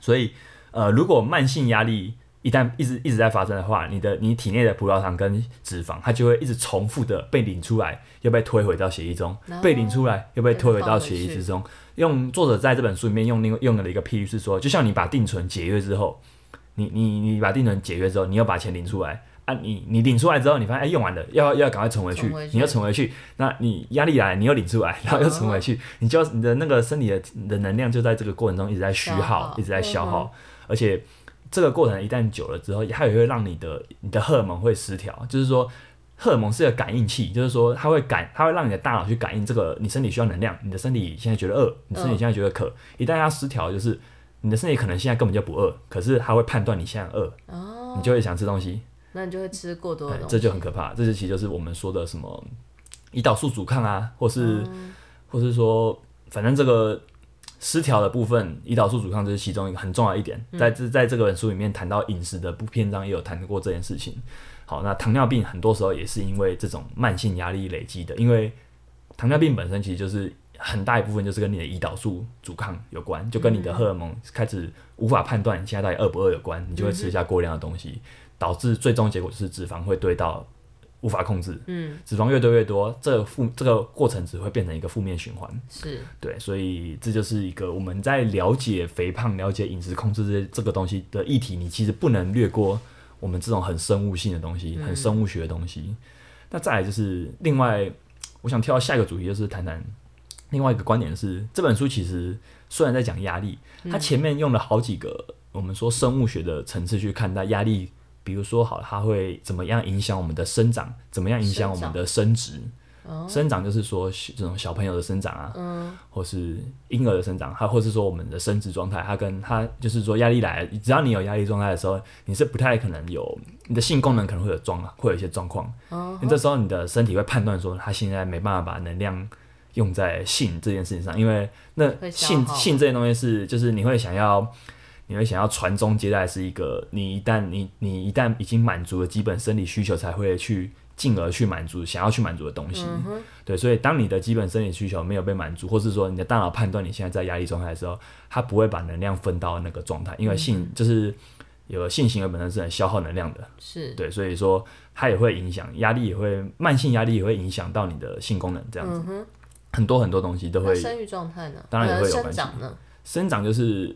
S1: 所以，呃，如果慢性压力一旦一直一直在发生的话，你的你体内的葡萄糖跟脂肪，它就会一直重复的被领出来，又被推回到血液中，
S2: 哦
S1: 被领出来又被推回到血液
S2: 被放回去
S1: 之中。用作者在这本书里面用另用了一个譬喻是说，就像你把定存解约之后，你你你把定存解约之后，你又把钱领出来。啊你，你领出来之后，你发现哎、用完了，要要赶快存回去，
S2: 存回去
S1: 你要存回去，那你压力来，你又领出来，然后又存回
S2: 哦
S1: 去，你就你的那个身体的你的能量就在这个过程中一直在虚
S2: 消
S1: 耗
S2: 耗，
S1: 一直在消
S2: 嗯哼
S1: 耗，而且这个过程一旦久了之后，它也会让你的你的荷尔蒙会失调，就是说。荷尔蒙是个感应器，就是说它会感，它会让你的大脑去感应这个你身体需要能量，你的身体现在觉得饿，你身体现在觉得
S2: 哦
S1: 渴，一旦它失调，就是你的身体可能现在根本就不饿，可是它会判断你现在饿，
S2: 哦，
S1: 你就会想吃东西，
S2: 那你就会吃过多的
S1: 哎
S2: 东西，
S1: 这就很可怕。这就其实就是我们说的什么胰岛素阻抗啊，或是、
S2: 嗯
S1: 或是说，反正这个失调的部分，胰岛素阻抗这是其中一个很重要一点。
S2: 嗯
S1: 在这在这个本书里面谈到饮食的不篇章也有谈过这件事情。好，那糖尿病很多时候也是因为这种慢性压力累积的，因为糖尿病本身其实就是很大一部分就是跟你的胰岛素阻抗有关，就跟你
S2: 嗯
S1: 的荷尔蒙开始无法判断你现在到底饿不饿有关，你就会
S2: 嗯
S1: 吃下过量的东西，导致最终结果就是脂肪会堆到无法控制，
S2: 嗯，
S1: 脂肪越堆越多，这个负这个过程只会变成一个负面循环。
S2: 是
S1: 对，所以这就是一个我们在了解肥胖、了解饮食控制这这个东西的议题，你其实不能略过我们这种很生物性的东西、很生物学的东西。那再来就是另外，我想跳到下一个主题，就是谈谈另外一个观点是，这本书其实虽然在讲压力，它前面用了好几个我们说生物学的层次去看待压力。比如说，好了，它会怎么样影响我们的生长？哦怎么样影响我们的生殖？生长就是说这种小朋友的生长啊，
S2: 嗯
S1: 或是婴儿的生长，还或是说我们的生殖状态，它跟它就是说压力来了，只要你有压力状态的时候，你是不太可能有你的性功能可能会有状会有一些状况，
S2: 哦嗯
S1: 因为这时候你的身体会判断说它现在没办法把能量用在性这件事情上，因为那
S2: 会消
S1: 性
S2: 耗
S1: 性这些东西是就是你会想要。你会想要传宗接代是一个你一旦你你一旦已经满足了基本生理需求，才会去进而去满足想要去满足的东西。
S2: 嗯
S1: 对，所以当你的基本生理需求没有被满足，或是说你的大脑判断你现在在压力状态的时候，它不会把能量分到那个状态，因
S2: 嗯
S1: 为性、就是有性行为本身是很消耗能量的，
S2: 是，
S1: 对，所以说它也会影响压力，也会慢性压力也会影响到你的性功能，这样子，很多很多东西都
S2: 嗯那
S1: 会
S2: 生育状态呢？
S1: 当然也
S2: 呃
S1: 会有
S2: 生
S1: 关系
S2: 长呢？
S1: 生长就是，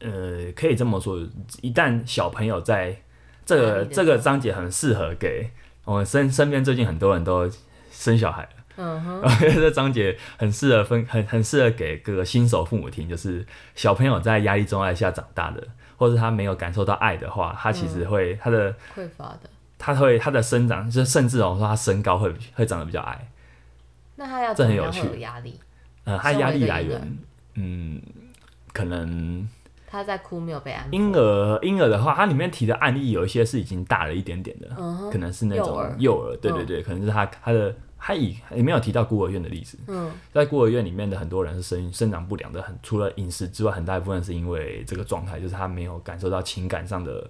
S1: 呃，可以这么说，一旦小朋友在这
S2: 哪
S1: 个
S2: 里的
S1: 这个章节很适合给我们身身边最近很多人都生小孩了，
S2: 嗯哼，
S1: 我觉得这章节很适合分很很适合给各个新手父母听，就是小朋友在压力状态下长大的，或者他没有感受到爱的话，他其
S2: 嗯
S1: 实会、他的
S2: 匮乏的。
S1: 他会他的生长，就是甚至我哦说他身高会会长得比较矮，
S2: 那他要
S1: 这
S2: 怎
S1: 很
S2: 么
S1: 有
S2: 样会
S1: 趣
S2: 有压力？
S1: 呃，他
S2: 身为
S1: 压力
S2: 一个
S1: 来
S2: 婴儿
S1: 源，嗯，可能
S2: 他在哭没有被安抚，
S1: 婴儿婴儿的话，它里面提的案例有一些是已经大了一点点的，
S2: 嗯
S1: 可能是那种
S2: 幼儿嗯
S1: 幼儿，对对对，可能是他他的他以也没有提到孤儿院的例子，
S2: 嗯，
S1: 在孤儿院里面的很多人是生生长不良的，很除了饮食之外，很大一部分是因为这个状态，就是他没有感受到情感上的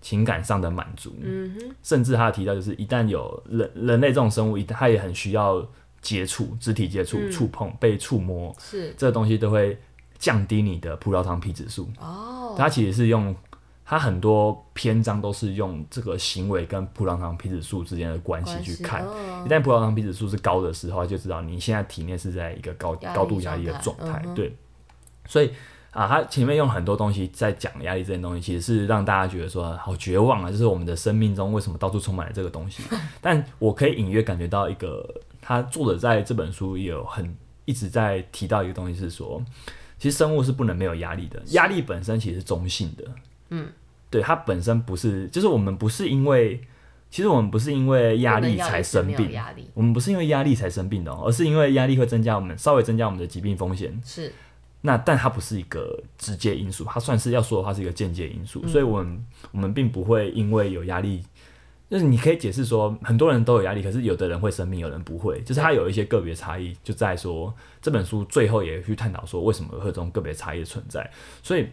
S1: 情感上的满足，
S2: 嗯哼，
S1: 甚至他提到，就是一旦有人人类这种生物，一旦他也很需要接触、肢体接触、
S2: 嗯
S1: 触碰、被触摸，
S2: 是
S1: 这个东西都会降低你的葡萄糖皮指数。
S2: 哦，
S1: 它其实是用它很多篇章都是用这个行为跟葡萄糖皮质素之间的关系
S2: 关
S1: 去
S2: 系
S1: 看。
S2: 哦
S1: 一旦葡萄糖皮质素是高的时候，它就知道你现在体内是在一个高
S2: 压力
S1: 高度压力的
S2: 状
S1: 状
S2: 态
S1: 态。
S2: 嗯哼
S1: 对，所以啊，它前面用很多东西在讲压力这件东西，其实是让大家觉得说好绝望啊，就是我们的生命中为什么到处充满了这个东西？ 但我可以隐约感觉到一个，他作者在这本书也有很一直在提到一个东西，是说，其实生物是不能没有压力的，压力本身其实是中性的，嗯，对，它本身不是，就是我们不是因为，其实我们不是因为压
S2: 不能
S1: 力
S2: 要
S1: 才
S2: 一直
S1: 生
S2: 没有
S1: 病，
S2: 压力
S1: 我们不是因为压力才生病的、哦，而是因为压力会增加我们稍微增加我们的疾病风险，
S2: 是
S1: 那但它不是一个直接因素，它算是要说的话是一个间接因素，所以我们我们并不会因为有压力，就是你可以解释说很多人都有压力，可是有的人会生病，有人不会，就是它有一些个别差异，就在说这本书最后也去探讨说为什么会有这种个别差异的存在，所以。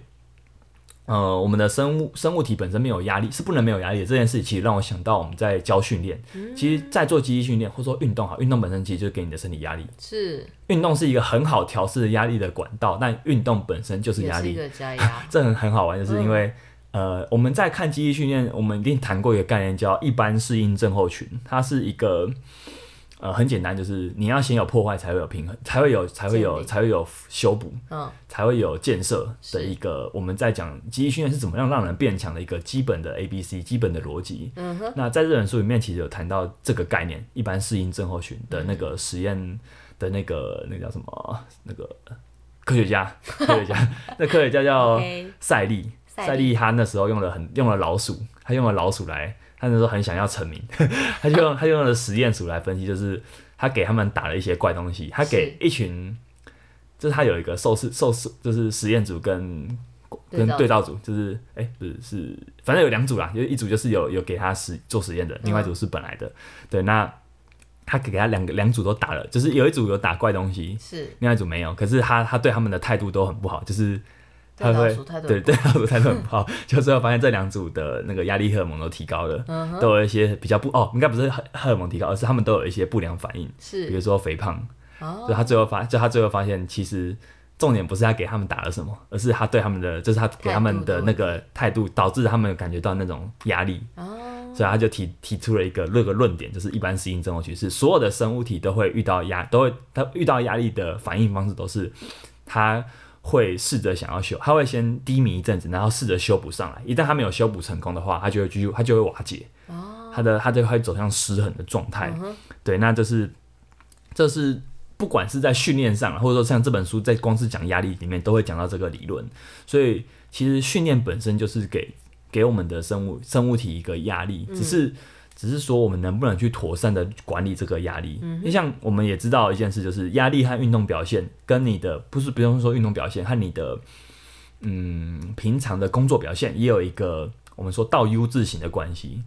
S1: 呃，我们的生物生物体本身没有压力，是不能没有压力的。这件事情其实让我想到我们在教训练，其实在做肌力训练或者说运动哈，运动本身其实就是给你的身体压力，
S2: 是
S1: 运动是一个很好调试压力的管道，但运动本身就是
S2: 也
S1: 压
S2: 是一
S1: 力，，
S2: 个嗯加压
S1: 这很很好玩，就是因为、呃，我们在看记忆训练，我们一定谈过一个概念叫一般适应症候群，它是一个呃很简单，就是你要先有破坏，才会有平衡，才会有才会
S2: 建
S1: 有
S2: 立
S1: 才会有修补，
S2: 嗯，
S1: 才会有建设的
S2: 是
S1: 一个，我们在讲记忆训练是怎么样让人变强的一个基本的 A B C 基本的逻辑。嗯哼。那在这本书里面，其实有谈到这个概念，一般适应症候群的那个实验的那个那个叫什么那个科学家，科学家，那科学家叫
S2: OK
S1: 赛利，
S2: 赛利
S1: 赛利他那时候用了很用了老鼠，他用了老鼠来，他那时候很想要成名， 他就用他用了实验鼠来分析，就是他给他们打了一些怪东西，他给一群，就是他有一个受试受试，就是实验组跟跟对
S2: 对照
S1: 照组，就是哎、不是是，反正有两组啦，就是一组就是有有给他实做实验的，另外一组是本来的，对，那他给他两个两组都打了，就是有一组有打怪东西，
S2: 是
S1: 另外一组没有，可是他他对他们的态度都很不好，就是他
S2: 对
S1: 会
S2: 老鼠态度
S1: 对
S2: 很
S1: 对老鼠态度很不好， 就最后发现这两组的那个压力荷尔蒙都提高了，
S2: 嗯
S1: 都有一些比较不哦，应该不是荷荷尔蒙提高，而是他们都有一些不良反应，比
S2: 是
S1: 如说肥胖，
S2: 哦
S1: 就他最后发就他最后发现其实。重点不是他给他们打了什么，而是他对他们的，就是他给他们的那个态度，导致他们感觉到那种压力，
S2: 哦，
S1: 所以他就提提出了一个那个论点，就是一般适应症候群是所有的生物体都会遇到压，都会它遇到压力的反应方式都是它会试着想要修，它会先低迷一阵子，然后试着修补上来。一旦它没有修补成功的话，它就会继续，它就会瓦解，它的它就会走向失衡的状态。对，那这是这是不管是在训练上，或者说像这本书在光是讲压力里面都会讲到这个理论，所以其实训练本身就是给给我们的生物生物体一个压力，只是、只是说我们能不能去妥善的管理这个压力。就像我们也知道一件事，就是压力和运动表现跟你的不是不用说运动表现和你的嗯平常的工作表现也有一个我们说倒 U 字形的关系。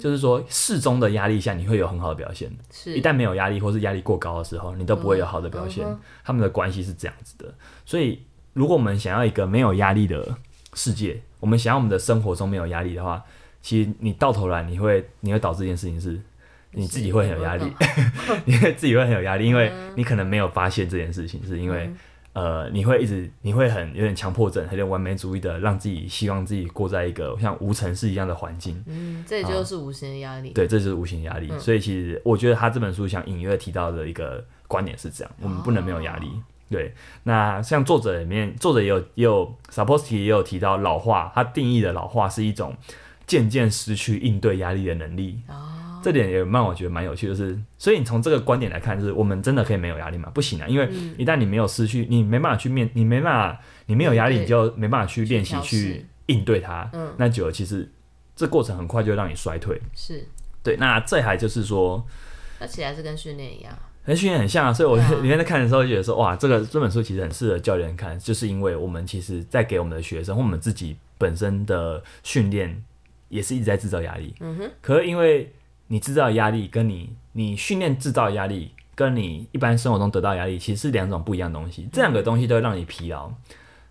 S1: 就是说，适中的压力下，你会有很好的表现。
S2: 是
S1: 一旦没有压力或是压力过高的时候，你都不会有好的表现。
S2: 嗯嗯哼
S1: 他们的关系是这样子的，所以如果我们想要一个没有压力的世界，我们想要我们的生活中没有压力的话，其实你到头来你会你会导致一件事情是，你自己会很有压力， 嗯你会自己会很有压力，因为你可能没有发现这件事情，是因为。呃，你会一直，你会很有点强迫症，有点完美主义的，让自己希望自己过在一个像无尘室一样的环境。
S2: 嗯， 这就是无形的压力，
S1: 啊对，这就是无形压力。
S2: 嗯
S1: 所以其实我觉得他这本书想隐约提到的一个观点是这样：我们不能没有压力。
S2: 哦
S1: 对，那像作者里面，作者也有也有 s a p o s k i 也有提到老化，他定义的老化是一种渐渐失去应对压力的能力。
S2: 哦
S1: 这点也让我觉得蛮有趣，就是所以你从这个观点来看，就是我们真的可以没有压力吗？不行啊，因为
S2: 嗯
S1: 一旦你没有失去，你没办法去面，你没办法，你没有压力，
S2: 对
S1: 你就没办法去练习
S2: 调试
S1: 去应对它。
S2: 嗯
S1: 那久了，其实这过程很快就会让你衰退。
S2: 是，
S1: 对，那这还就是说，
S2: 那其实还是跟训练一样，
S1: 跟训练很像啊，所以我
S2: 对啊
S1: 里面在看的时候就觉得说，哇，这个这本书其实很适合教练看，就是因为我们其实在给我们的学生或我们自己本身的训练，也是一直在制造压力。嗯哼。可是因为你制造的压力跟你你训练制造的压力，跟你一般生活中得到的压力，其实是两种不一样的东西。这两个东西都会让你疲劳，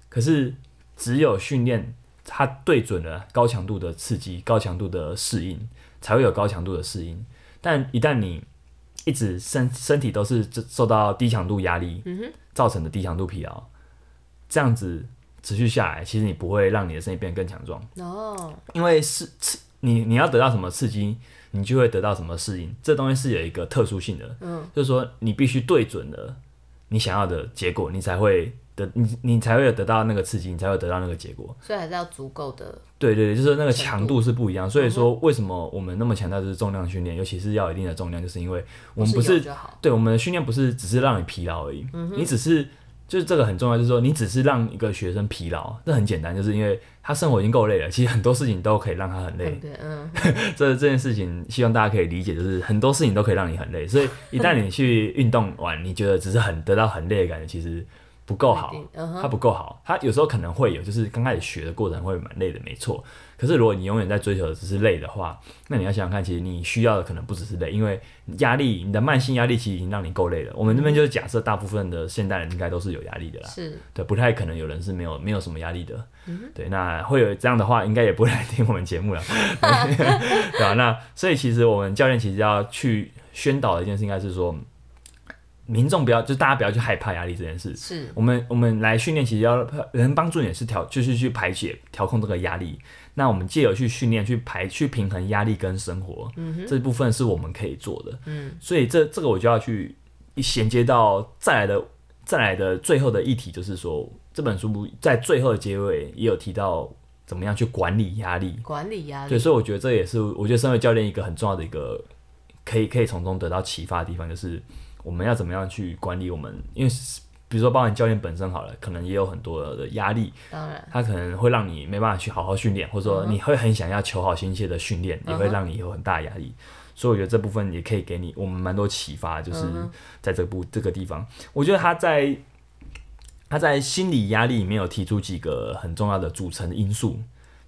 S1: 可是只有训练它对准了高强度的刺激、高强度的适应，才会有高强度的适应。但一旦你一直身身体都是这受到低强度压力、造成的低强度疲劳，这样子持续下来，其实你不会让你的身体变得更强壮，
S2: 哦，
S1: 因为是刺你你要得到什么刺激，你就会得到什么适应，这东西是有一个特殊性的，嗯，就是说你必须对准了你想要的结果，你才会得你你才会有得到那个刺激，你才会得到那个结果，
S2: 所以还是要足够的，
S1: 对对对，就是那个
S2: 程
S1: 强度是不一样，
S2: 嗯
S1: 所以说为什么我们那么强调就是重量训练，尤其是要有一定的重量，就是因为我们不
S2: 不哦是有
S1: 是
S2: 就好嗯
S1: 对我们的训练不是只是让你疲劳而已，你只是就是这个很重要，就是说你只是让一个学生疲劳，这很简单，就是因为他生活已经够累了，其实很多事情都可以让他很累，
S2: 对，嗯，
S1: 这这件事情，希望大家可以理解，就是很多事情都可以让你很累，所以一旦你去运动完，你觉得只是很得到很累的感觉，其实不够
S2: 不
S1: 好
S2: 一定，嗯
S1: 它
S2: 哼，
S1: 不够好，它有时候可能会有，就是刚开始学的过程会蛮累的，没错。可是如果你永远在追求的只是累的话，那你要想想看，其实你需要的可能不只是累，因为压力，你的慢性压力其实已经让你够累了。我们这边就是假设大部分的现代人应该都是有压力的啦，
S2: 是
S1: 对，不太可能有人是没有没有什么压力的。对，那会有这样的话，应该也不会来听我们节目了，对吧、那所以其实我们教练其实要去宣导的一件事，应该是说，民众不要，就是大家不要去害怕压力这件事。
S2: 是，
S1: 我们我们来训练，其实要能帮助你是调，就是去排解、调控这个压力。那我们借由去训练、去排、去平衡压力跟生活，嗯、这部分是我们可以做的。
S2: 嗯，
S1: 所以这这个我就要去衔接到再来的再来的最后的议题，就是说这本书在最后的结尾也有提到怎么样去管理压力。
S2: 管理压
S1: 对，
S2: 力，
S1: 所以我觉得这也是我觉得身为教练一个很重要的一个可以可以从中得到启发的地方，就是我们要怎么样去管理我们，因为是比如说包含教练本身好了，可能也有很多的压力，
S2: 当然
S1: 它可能会让你没办法去好好训练，或者
S2: 嗯
S1: 说你会很想要求好心切的训练，也会让你有很大的压力。所以我觉得这部分也可以给你我们蛮多启发，就是
S2: 嗯
S1: 在这部这个地方，我觉得他在他在心理压力里面有提出几个很重要的组成因素，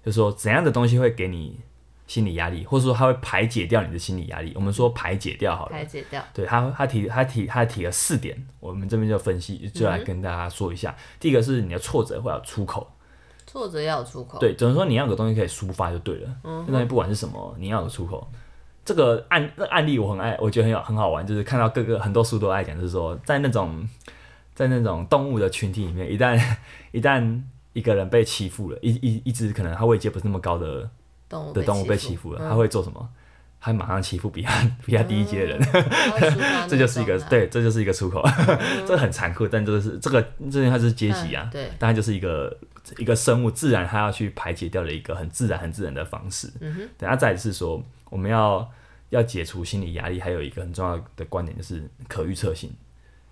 S1: 就是说怎样的东西会给你心理压力，或者说它会排解掉你的心理压力。我们说排解掉好了，
S2: 排解掉，
S1: 对他，他提他提他提了四点，我们这边就分
S2: 嗯
S1: 析，就来跟大家说一下。第一个是你的挫折会有出口，
S2: 挫折要有出口，
S1: 对，只能说你要有个东西可以抒发就对了。嗯，那东西不管是什么，你要有出口。这个案那案例我很爱，我觉得很有很好玩，就是看到各个很多书都爱讲，就是说在那种在那种动物的群体里面，一旦 一旦一个人被欺负了，一一一只可能它位阶不是那么高的
S2: 动物
S1: 的动物被欺负了，嗯它会做什么？它马上欺负比它比它低一阶的人。这
S2: 这
S1: 就是一个对，这就是一个出口， 这很残酷，但这是这个这它是阶级啊，
S2: 嗯对
S1: 但它就是一个一个生物自然它要去排解掉的一个很自然很自然的方式。
S2: 嗯哼，
S1: 等下再来是说我们要要解除心理压力，还有一个很重要的观点就是可预测性，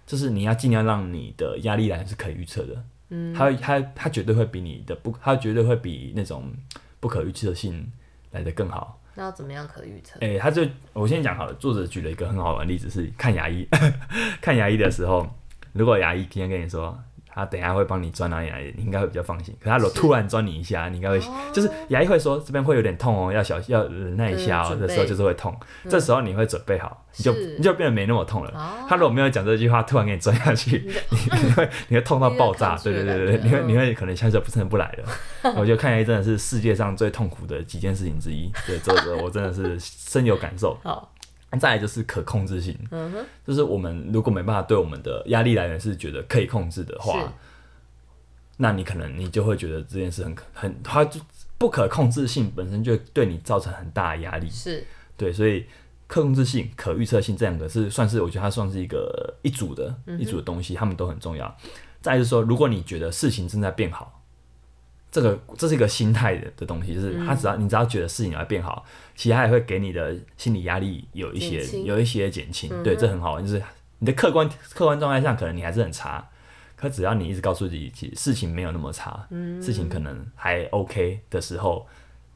S1: 就是你要尽量让你的压力来源是可以预测的，嗯，它会它它绝对会比你的不，它绝对会比那种不可预测性来的更好。
S2: 那要怎么样可预测？
S1: 诶、哎他就我先讲好了。作者举了一个很好玩的例子，是看牙医。 看牙医的时候，如果牙医今天跟你说他等一下会帮你钻哪里哪里，你应该会比较放心。可他如果突然钻你一下，你应该会、
S2: 哦
S1: 就是牙医会说这边会有点痛哦，要小要忍耐一下哦。
S2: 对
S1: 这时候就是会痛，这时候你会准备好，你就是你就变得没那么痛了。
S2: 嗯哦
S1: 他如果没有讲这句话，突然给你钻下去， 你你会你会痛到爆炸，
S2: 你
S1: 对
S2: 会
S1: 对对
S2: 抗拒
S1: 对
S2: 的感
S1: 对，
S2: 觉
S1: 你会
S2: 嗯
S1: 你会可能下次就不真的不来了。 我觉得看牙医真的是世界上最痛苦的几件事情之一，对，这个我真的是深有感受。
S2: 好，
S1: 再来就是可控制性，
S2: 嗯哼，
S1: 就是我们如果没办法对我们的压力来源是觉得可以控制的话，
S2: 是
S1: 那你可能你就会觉得这件事很可很它就不可控制性本身就对你造成很大的压力，
S2: 是
S1: 对，所以可控制性、可预测性这两个是算是我觉得它算是一个一组的、
S2: 嗯
S1: 一组的东西，它们都很重要。再来就是说，如果你觉得事情正在变好，这个这是一个心态的的东西，就是
S2: 嗯
S1: 它只要、你只要觉得事情要变好，其实它也会给你的心理压力有一些
S2: 减轻嗯
S1: 有一些减轻。对，这很好玩，就是你的客观客观状态上可能你还是很差。可只要你一直告诉自己，其实事情没有那么差，事情可能还 OK 的时候，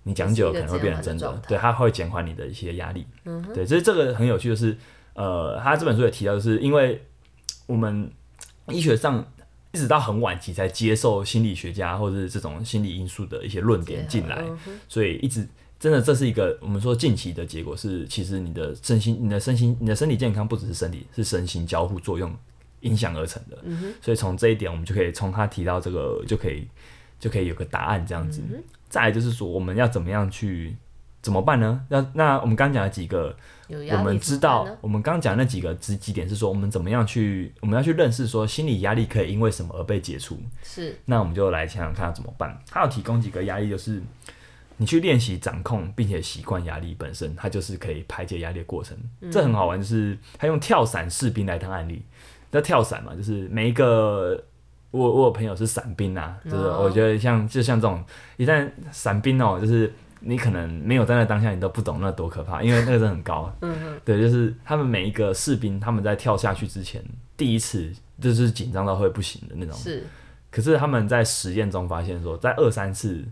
S1: 你讲久了可能会变成真
S2: 是一
S1: 的
S2: 个减缓的状，态
S1: 对，它会减缓你的一些压力。对，所以这个很有趣，就是呃，他这本书也提到，就是因为我们医学上一直到很晚期才接受心理学家或者是这种心理因素的一些论点进来，
S2: 嗯哼
S1: 所以一直真的这是一个我们说近期的结果是，其实你的身心、你的身心、你的身体健康不只是身体，是身心交互作用影响而成的。
S2: 嗯
S1: 所以从这一点，我们就可以从他提到这个就可以就可以有个答案这样子。
S2: 嗯
S1: 再来就是说，我们要怎么样去怎么办呢？那那我们刚讲了几个
S2: 有压力
S1: 我们知
S2: 怎么
S1: 道
S2: 办呢，
S1: 我们刚讲那几个知几点是说，我们怎么样去，我们要去认识说心理压力可以因为什么而被解除。
S2: 是
S1: 那我们就来想想看要怎么办。它有提供几个压力，就是你去练习掌控并且习惯压力本身，它就是可以排解压力的过程。这很好玩，就是他用跳伞士兵来当案例。那跳伞嘛，就是每一个我我有朋友是伞兵啊，就是
S2: 哦
S1: 我觉得像就像这种一旦伞兵哦，就是你可能没有在那当下，你都不懂那多可怕，因为那个真的很高。啊对，就是他们每一个士兵，他们在跳下去之前，第一次就是紧张到会不行的那种。
S2: 是
S1: 可是他们在实验中发现说，在二三次，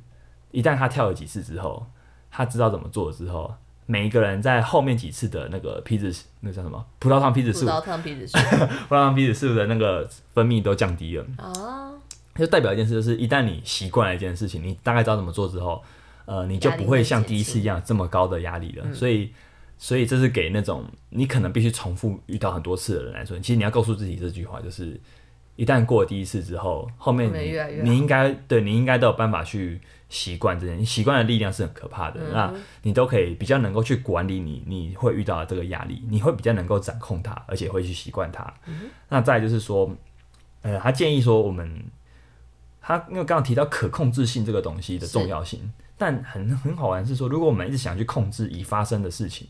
S1: 一旦他跳了几次之后，他知道怎么做之后，每一个人在后面几次的那个皮质那个叫什么葡萄糖皮质
S2: 葡
S1: 素，
S2: 萄糖皮质素
S1: 葡萄糖皮质素的那个分泌都降低了，
S2: 啊，
S1: 就代表一件事，就是一旦你习惯了一件事情，你大概知道怎么做之后，呃，你就不会像第一次一样这么高的压力了。
S2: 嗯
S1: 所以，所以这是给那种你可能必须重复遇到很多次的人来说，其实你要告诉自己这句话，就是一旦过了第一次之后，后面
S2: 后面
S1: 你
S2: 越来越好
S1: 你应该对你应该都有办法去习惯这件，你习惯的力量是很可怕的。
S2: 嗯
S1: 那你都可以比较能够去管理你你会遇到的这个压力，你会比较能够掌控它，而且会去习惯它。
S2: 嗯
S1: 那再来就是说，呃，他建议说我们。他因为刚刚提到可控制性这个东西的重要性，但很很好玩是说，如果我们一直想去控制已发生的事情，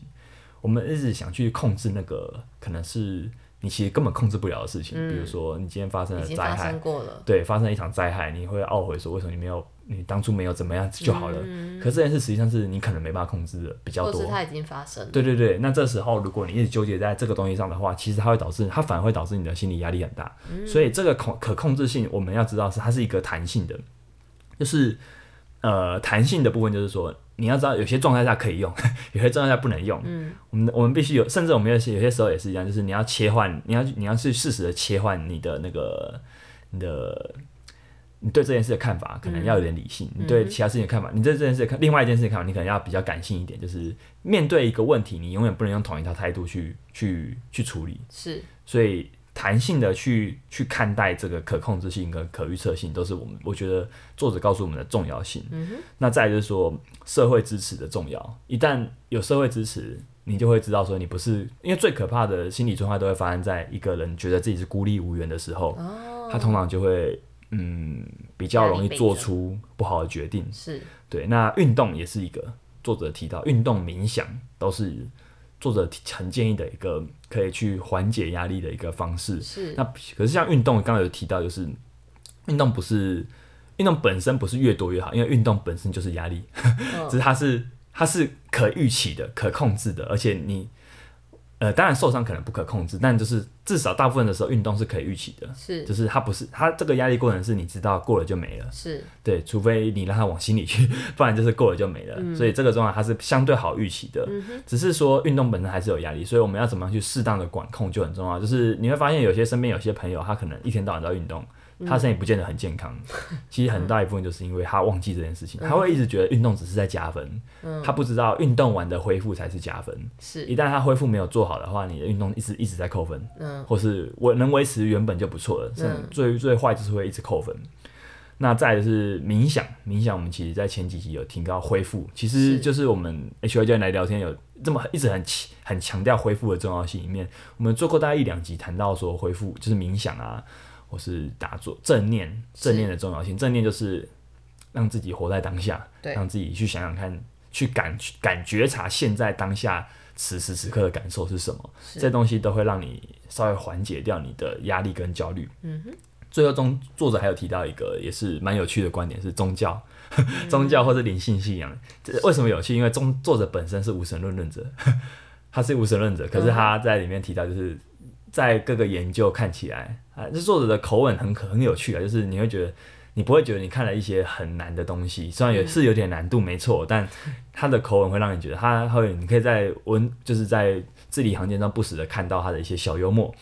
S1: 我们一直想去控制那个可能是你其实根本控制不了的事情，比如说你今天发生
S2: 嗯已
S1: 了
S2: 经
S1: 灾
S2: 发
S1: 害
S2: 生，过了，
S1: 对，发生了一场灾害，你会懊悔说为什么你没有你当初没有怎么样就好了，
S2: 嗯
S1: 可是这件事实际上是你可能没办法控制的比较
S2: 或
S1: 多
S2: 是，它已经发生了，
S1: 对对对，那这时候如果你一直纠结在这个东西上的话，其实它会导致它反而会导致你的心理压力很大。所以这个控可控制性，我们要知道是它是一个弹性的，就是呃弹性的部分就是说。你要知道，有些状态下可以用， 有些状态下不能用。嗯，我们我们必须有，甚至我们有些有些时候也是一样，就是你要切换，你要你要去适时的切换你的那个你的你对这件事的看法，可能要有点理性；你对其他事情的看法，你对这件事的看另外一件事的看法，你可能要比较感性一点。就是面对一个问题，你永远不能用同一套态度去去去处理，
S2: 是
S1: 所以弹性的去去看待这个可控制性跟可预测性，都是我们我觉得作者告诉我们的重要性。那再来就是说社会支持的重要，一旦有社会支持。你就会知道，说你不是因为最可怕的心理状态都会发生在一个人觉得自己是孤立无援的时候，他通常就会嗯比较容易做出不好的决定。
S2: 是，
S1: 对，那运动也是一个作者提到，运动、冥想都是作者提很建议的一个可以去缓解压力的一个方式。
S2: 是
S1: 那可是像运动，刚刚有提到，就是运动不是运动本身不是越多越好，因为运动本身就是压力，
S2: 哦
S1: 只是它是它是可预期的、可控制的，而且你。呃，当然受伤可能不可控制，但就是至少大部分的时候运动是可以预期的，
S2: 是
S1: 就是它不是它这个压力过程是你知道过了就没了，
S2: 是
S1: 对，除非你让它往心里去， 不然就是过了就没了。所以这个状态它是相对好预期的，只是说运动本身还是有压力，所以我们要怎么样去适当的管控就很重要。就是你会发现有些身边有些朋友，他可能一天到晚都在运动。他身体不见得很健康，其实很大一部分就是因为他忘记这件事情，他会一直觉得运动只是在加分，他不知道运动完的恢复才是加分。
S2: 是
S1: 一旦他恢复没有做好的话，你的运动一直一直在扣分，
S2: 嗯，
S1: 或是我能维持原本就不错了，甚至最最坏就是会一直扣分。那再来就是冥想，冥想我们其实在前几集有提到恢复，其实
S2: 是
S1: 就是我们 H Y 教练来聊天有这么一直很强很强调恢复的重要性里面，我们做过大概一两集谈到说恢复就是冥想啊，或是打坐正念，
S2: 是
S1: 正念的重要性，正念就是让自己活在当下，
S2: 对
S1: 让自己去想想看，去感感觉察现在当下此时此刻的感受是什么，
S2: 是
S1: 这东西都会让你稍微缓解掉你的压力跟焦虑。嗯哼。最后中作者还有提到一个也是蛮有趣的观点，是宗教、
S2: 嗯
S1: 宗教或者灵性信仰。这为什么有趣？因为中作者本身是无神论论者，他是无神论者，可是他在里面提到就是在各个研究看起来啊，这作者的口吻很可很有趣啊，就是你会觉得你不会觉得你看了一些很难的东西，虽然也是有点难度没错，但他的口吻会让你觉得他会你可以在文就是在字里行间中不时的看到他的一些小幽默。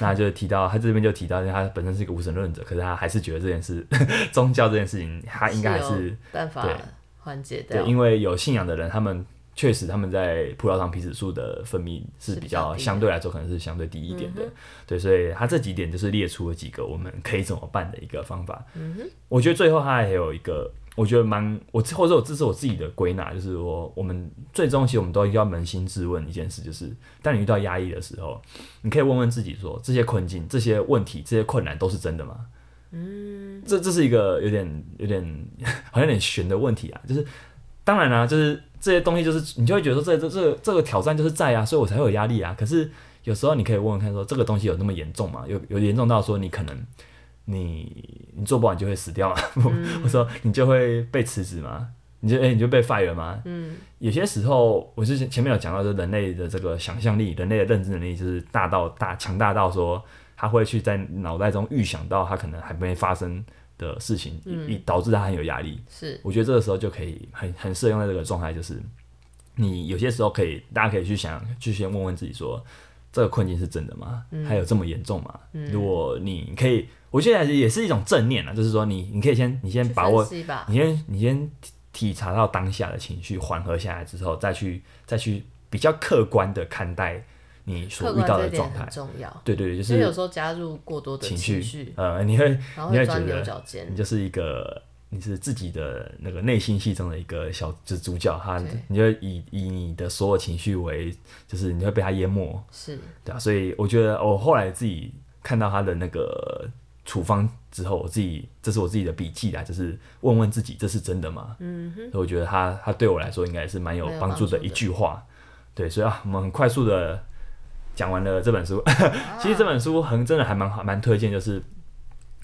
S1: 那就提到他这边就提到，因为他本身是一个无神论者，可是他还是觉得这件事 宗教这件事情，他应该还
S2: 是哦
S1: 是
S2: 有办法
S1: 对
S2: 缓解
S1: 对，
S2: 掉，
S1: 因为有信仰的人，他们确实他们在葡萄糖皮质素的分泌是
S2: 是
S1: 比
S2: 比较
S1: 较
S2: 低
S1: 相
S2: 的嗯
S1: 对来说可能是相对低一点的，对，所以他这几点就是列出了几个我们可以怎么办的一个方法。
S2: 嗯
S1: 我觉得最后他还有一个，我觉得蛮我或者我这是我自己的归纳，就是我我们最终其实我们都要扪心自问一件事，就是当你遇到压力的时候，你可以问问自己说，这些困境、这些问题、这些困难都是真的吗？嗯，这这是一个有点有点 好像有点悬的问题啊，就是当然啦、啊就是这些东西就是你就会觉得说这这这这个挑战就是在啊，所以我才会有压力啊。可是有时候你可以问问看说这个东西有那么严重吗？有有严重到说你可能你你做不好你就会死掉吗？ 我说你就会被辞职吗？你就哎、你就被 fire 吗？嗯，有些时候我之前前面有讲到，就是人类的这个想象力，人类的认知能力就是大到大强大到说他会去在脑袋中预想到他可能还没发生的事情，以以导致他很有压力。
S2: 是
S1: 我觉得这个时候就可以很很适用在这个状态，就是你有些时候可以，大家可以去想，去先问问自己说，这个困境是真的吗？
S2: 嗯
S1: 还有这么严重吗？如果你可以，我觉得也是一种正念啊，就是说你你可以先你先把握
S2: 去分析吧。
S1: 你先你先体体察到当下的情绪缓和下来之后，再去再去比较客观的看待你所
S2: 客
S1: 遇
S2: 观
S1: 到
S2: 这
S1: 的
S2: 一点
S1: 状态
S2: 很。重要，
S1: 对对对，就
S2: 因为有
S1: 是
S2: 时候加入过多的
S1: 情绪
S2: 情绪，，
S1: 呃，你会
S2: 然后
S1: 你
S2: 会
S1: 会
S2: 钻
S1: 觉
S2: 牛
S1: 得
S2: 角尖
S1: 你。就是一个你是自己的那个内心戏中的一个小就是主角，哈
S2: 对，
S1: 你就以以你的所有情绪为，就是你会被他淹没，
S2: 是，
S1: 对啊，所以我觉得我后来自己看到他的那个处方之后，我自己这是我自己的笔记啦，就是问问自己这是真的吗？嗯哼，所以我觉得他他对我来说应该是蛮有
S2: 蛮有
S1: 帮助
S2: 帮助
S1: 的
S2: 的
S1: 一句话，对，所以啊，我们很快速的讲完了这本书， 其实这本书很真的还蛮好，蛮推荐，就是。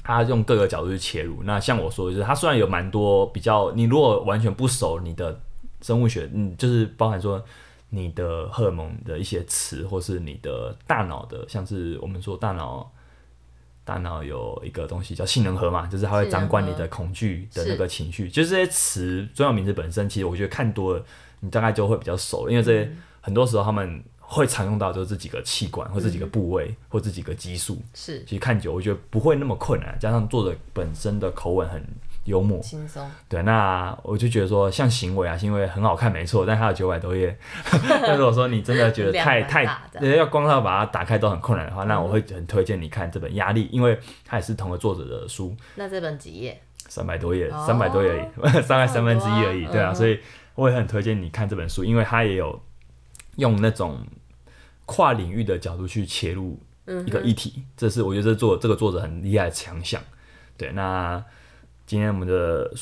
S1: 他用各个角度去切入。那像我说的，就是他虽然有蛮多比较，你如果完全不熟你的生物学，嗯，就是包含说你的荷尔蒙的一些词，或是你的大脑的，像是我们说大脑，大脑有一个东西叫杏仁核嘛，就是它会掌管你
S2: 杏
S1: 的恐惧的
S2: 是
S1: 那个情绪，就是这些词专有名词本身，其实我觉得看多了，你大概就会比较熟了，因为这些、很多时候他们会常用到就是这几个器官或这几个部位、或这几个激素，
S2: 是
S1: 其实看久我觉得不会那么困难，加上作者本身的口吻很幽默，
S2: 轻松，
S1: 对，那我就觉得说，像行为啊，行为很好看，没错，但它有九百多页。 那如果说你真的觉得太
S2: 量蛮
S1: 太
S2: 大，的
S1: 对要光靠把它打开都很困难的话，那我会很推荐你看这本《压力》，因为它也是同个作者的书，
S2: 那这本几页？
S1: 三百多页，
S2: 哦
S1: 三百多页 而已，大概三分之一而已，
S2: 嗯
S1: 对啊，所以我也很推荐你看这本书，因为它也有用那种跨领域的角度去切入
S2: 嗯
S1: 一个议题，这是我觉得这作这个作者很厉害的强项。对，那今天我们的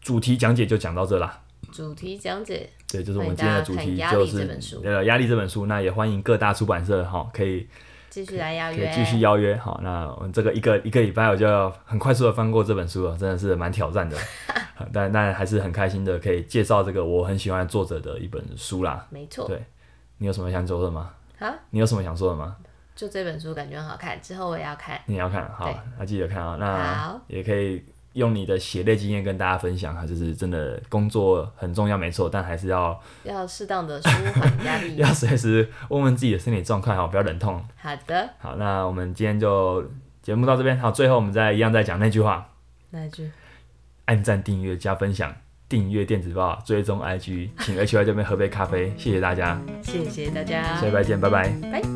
S1: 主题讲解就讲到这啦。
S2: 主题讲解，
S1: 对，就是我们今天的主题
S2: 欢迎大家看
S1: 就
S2: 压力这
S1: 是
S2: 本书
S1: 呃压力这本书，那也欢迎各大出版社哈，可以
S2: 继续来邀
S1: 可以
S2: 约，
S1: 继续邀约好，那我们这个一个一个礼拜我就要很快速的翻过这本书了，真的是蛮挑 战的，但但还是很开心的，可以介绍这个我很喜欢的作者的一本书啦。
S2: 没错
S1: 对，你有什么想说的吗？
S2: 啊，
S1: 你有什么想说的吗？
S2: 就这本书感觉很好看，之后我也要看。
S1: 你也要看
S2: 对
S1: 好，那记得看啊，
S2: 好
S1: 那也可以用你的血泪经验跟大家分享哈，就是真的工作很重要，没错，但还是要
S2: 要适当的舒缓 压力
S1: 要。随时问问自己的身体状况，好，不要忍痛。
S2: 好的，
S1: 好，那我们今天就节目到这边。好，最后我们再一样再讲那句话：
S2: 那一句
S1: 按赞、订阅、加分享，订阅电子报，追踪 IG，请 HY 这边喝杯咖啡，谢谢大家，
S2: 谢谢大家
S1: 下，礼拜见，拜拜。
S2: 拜。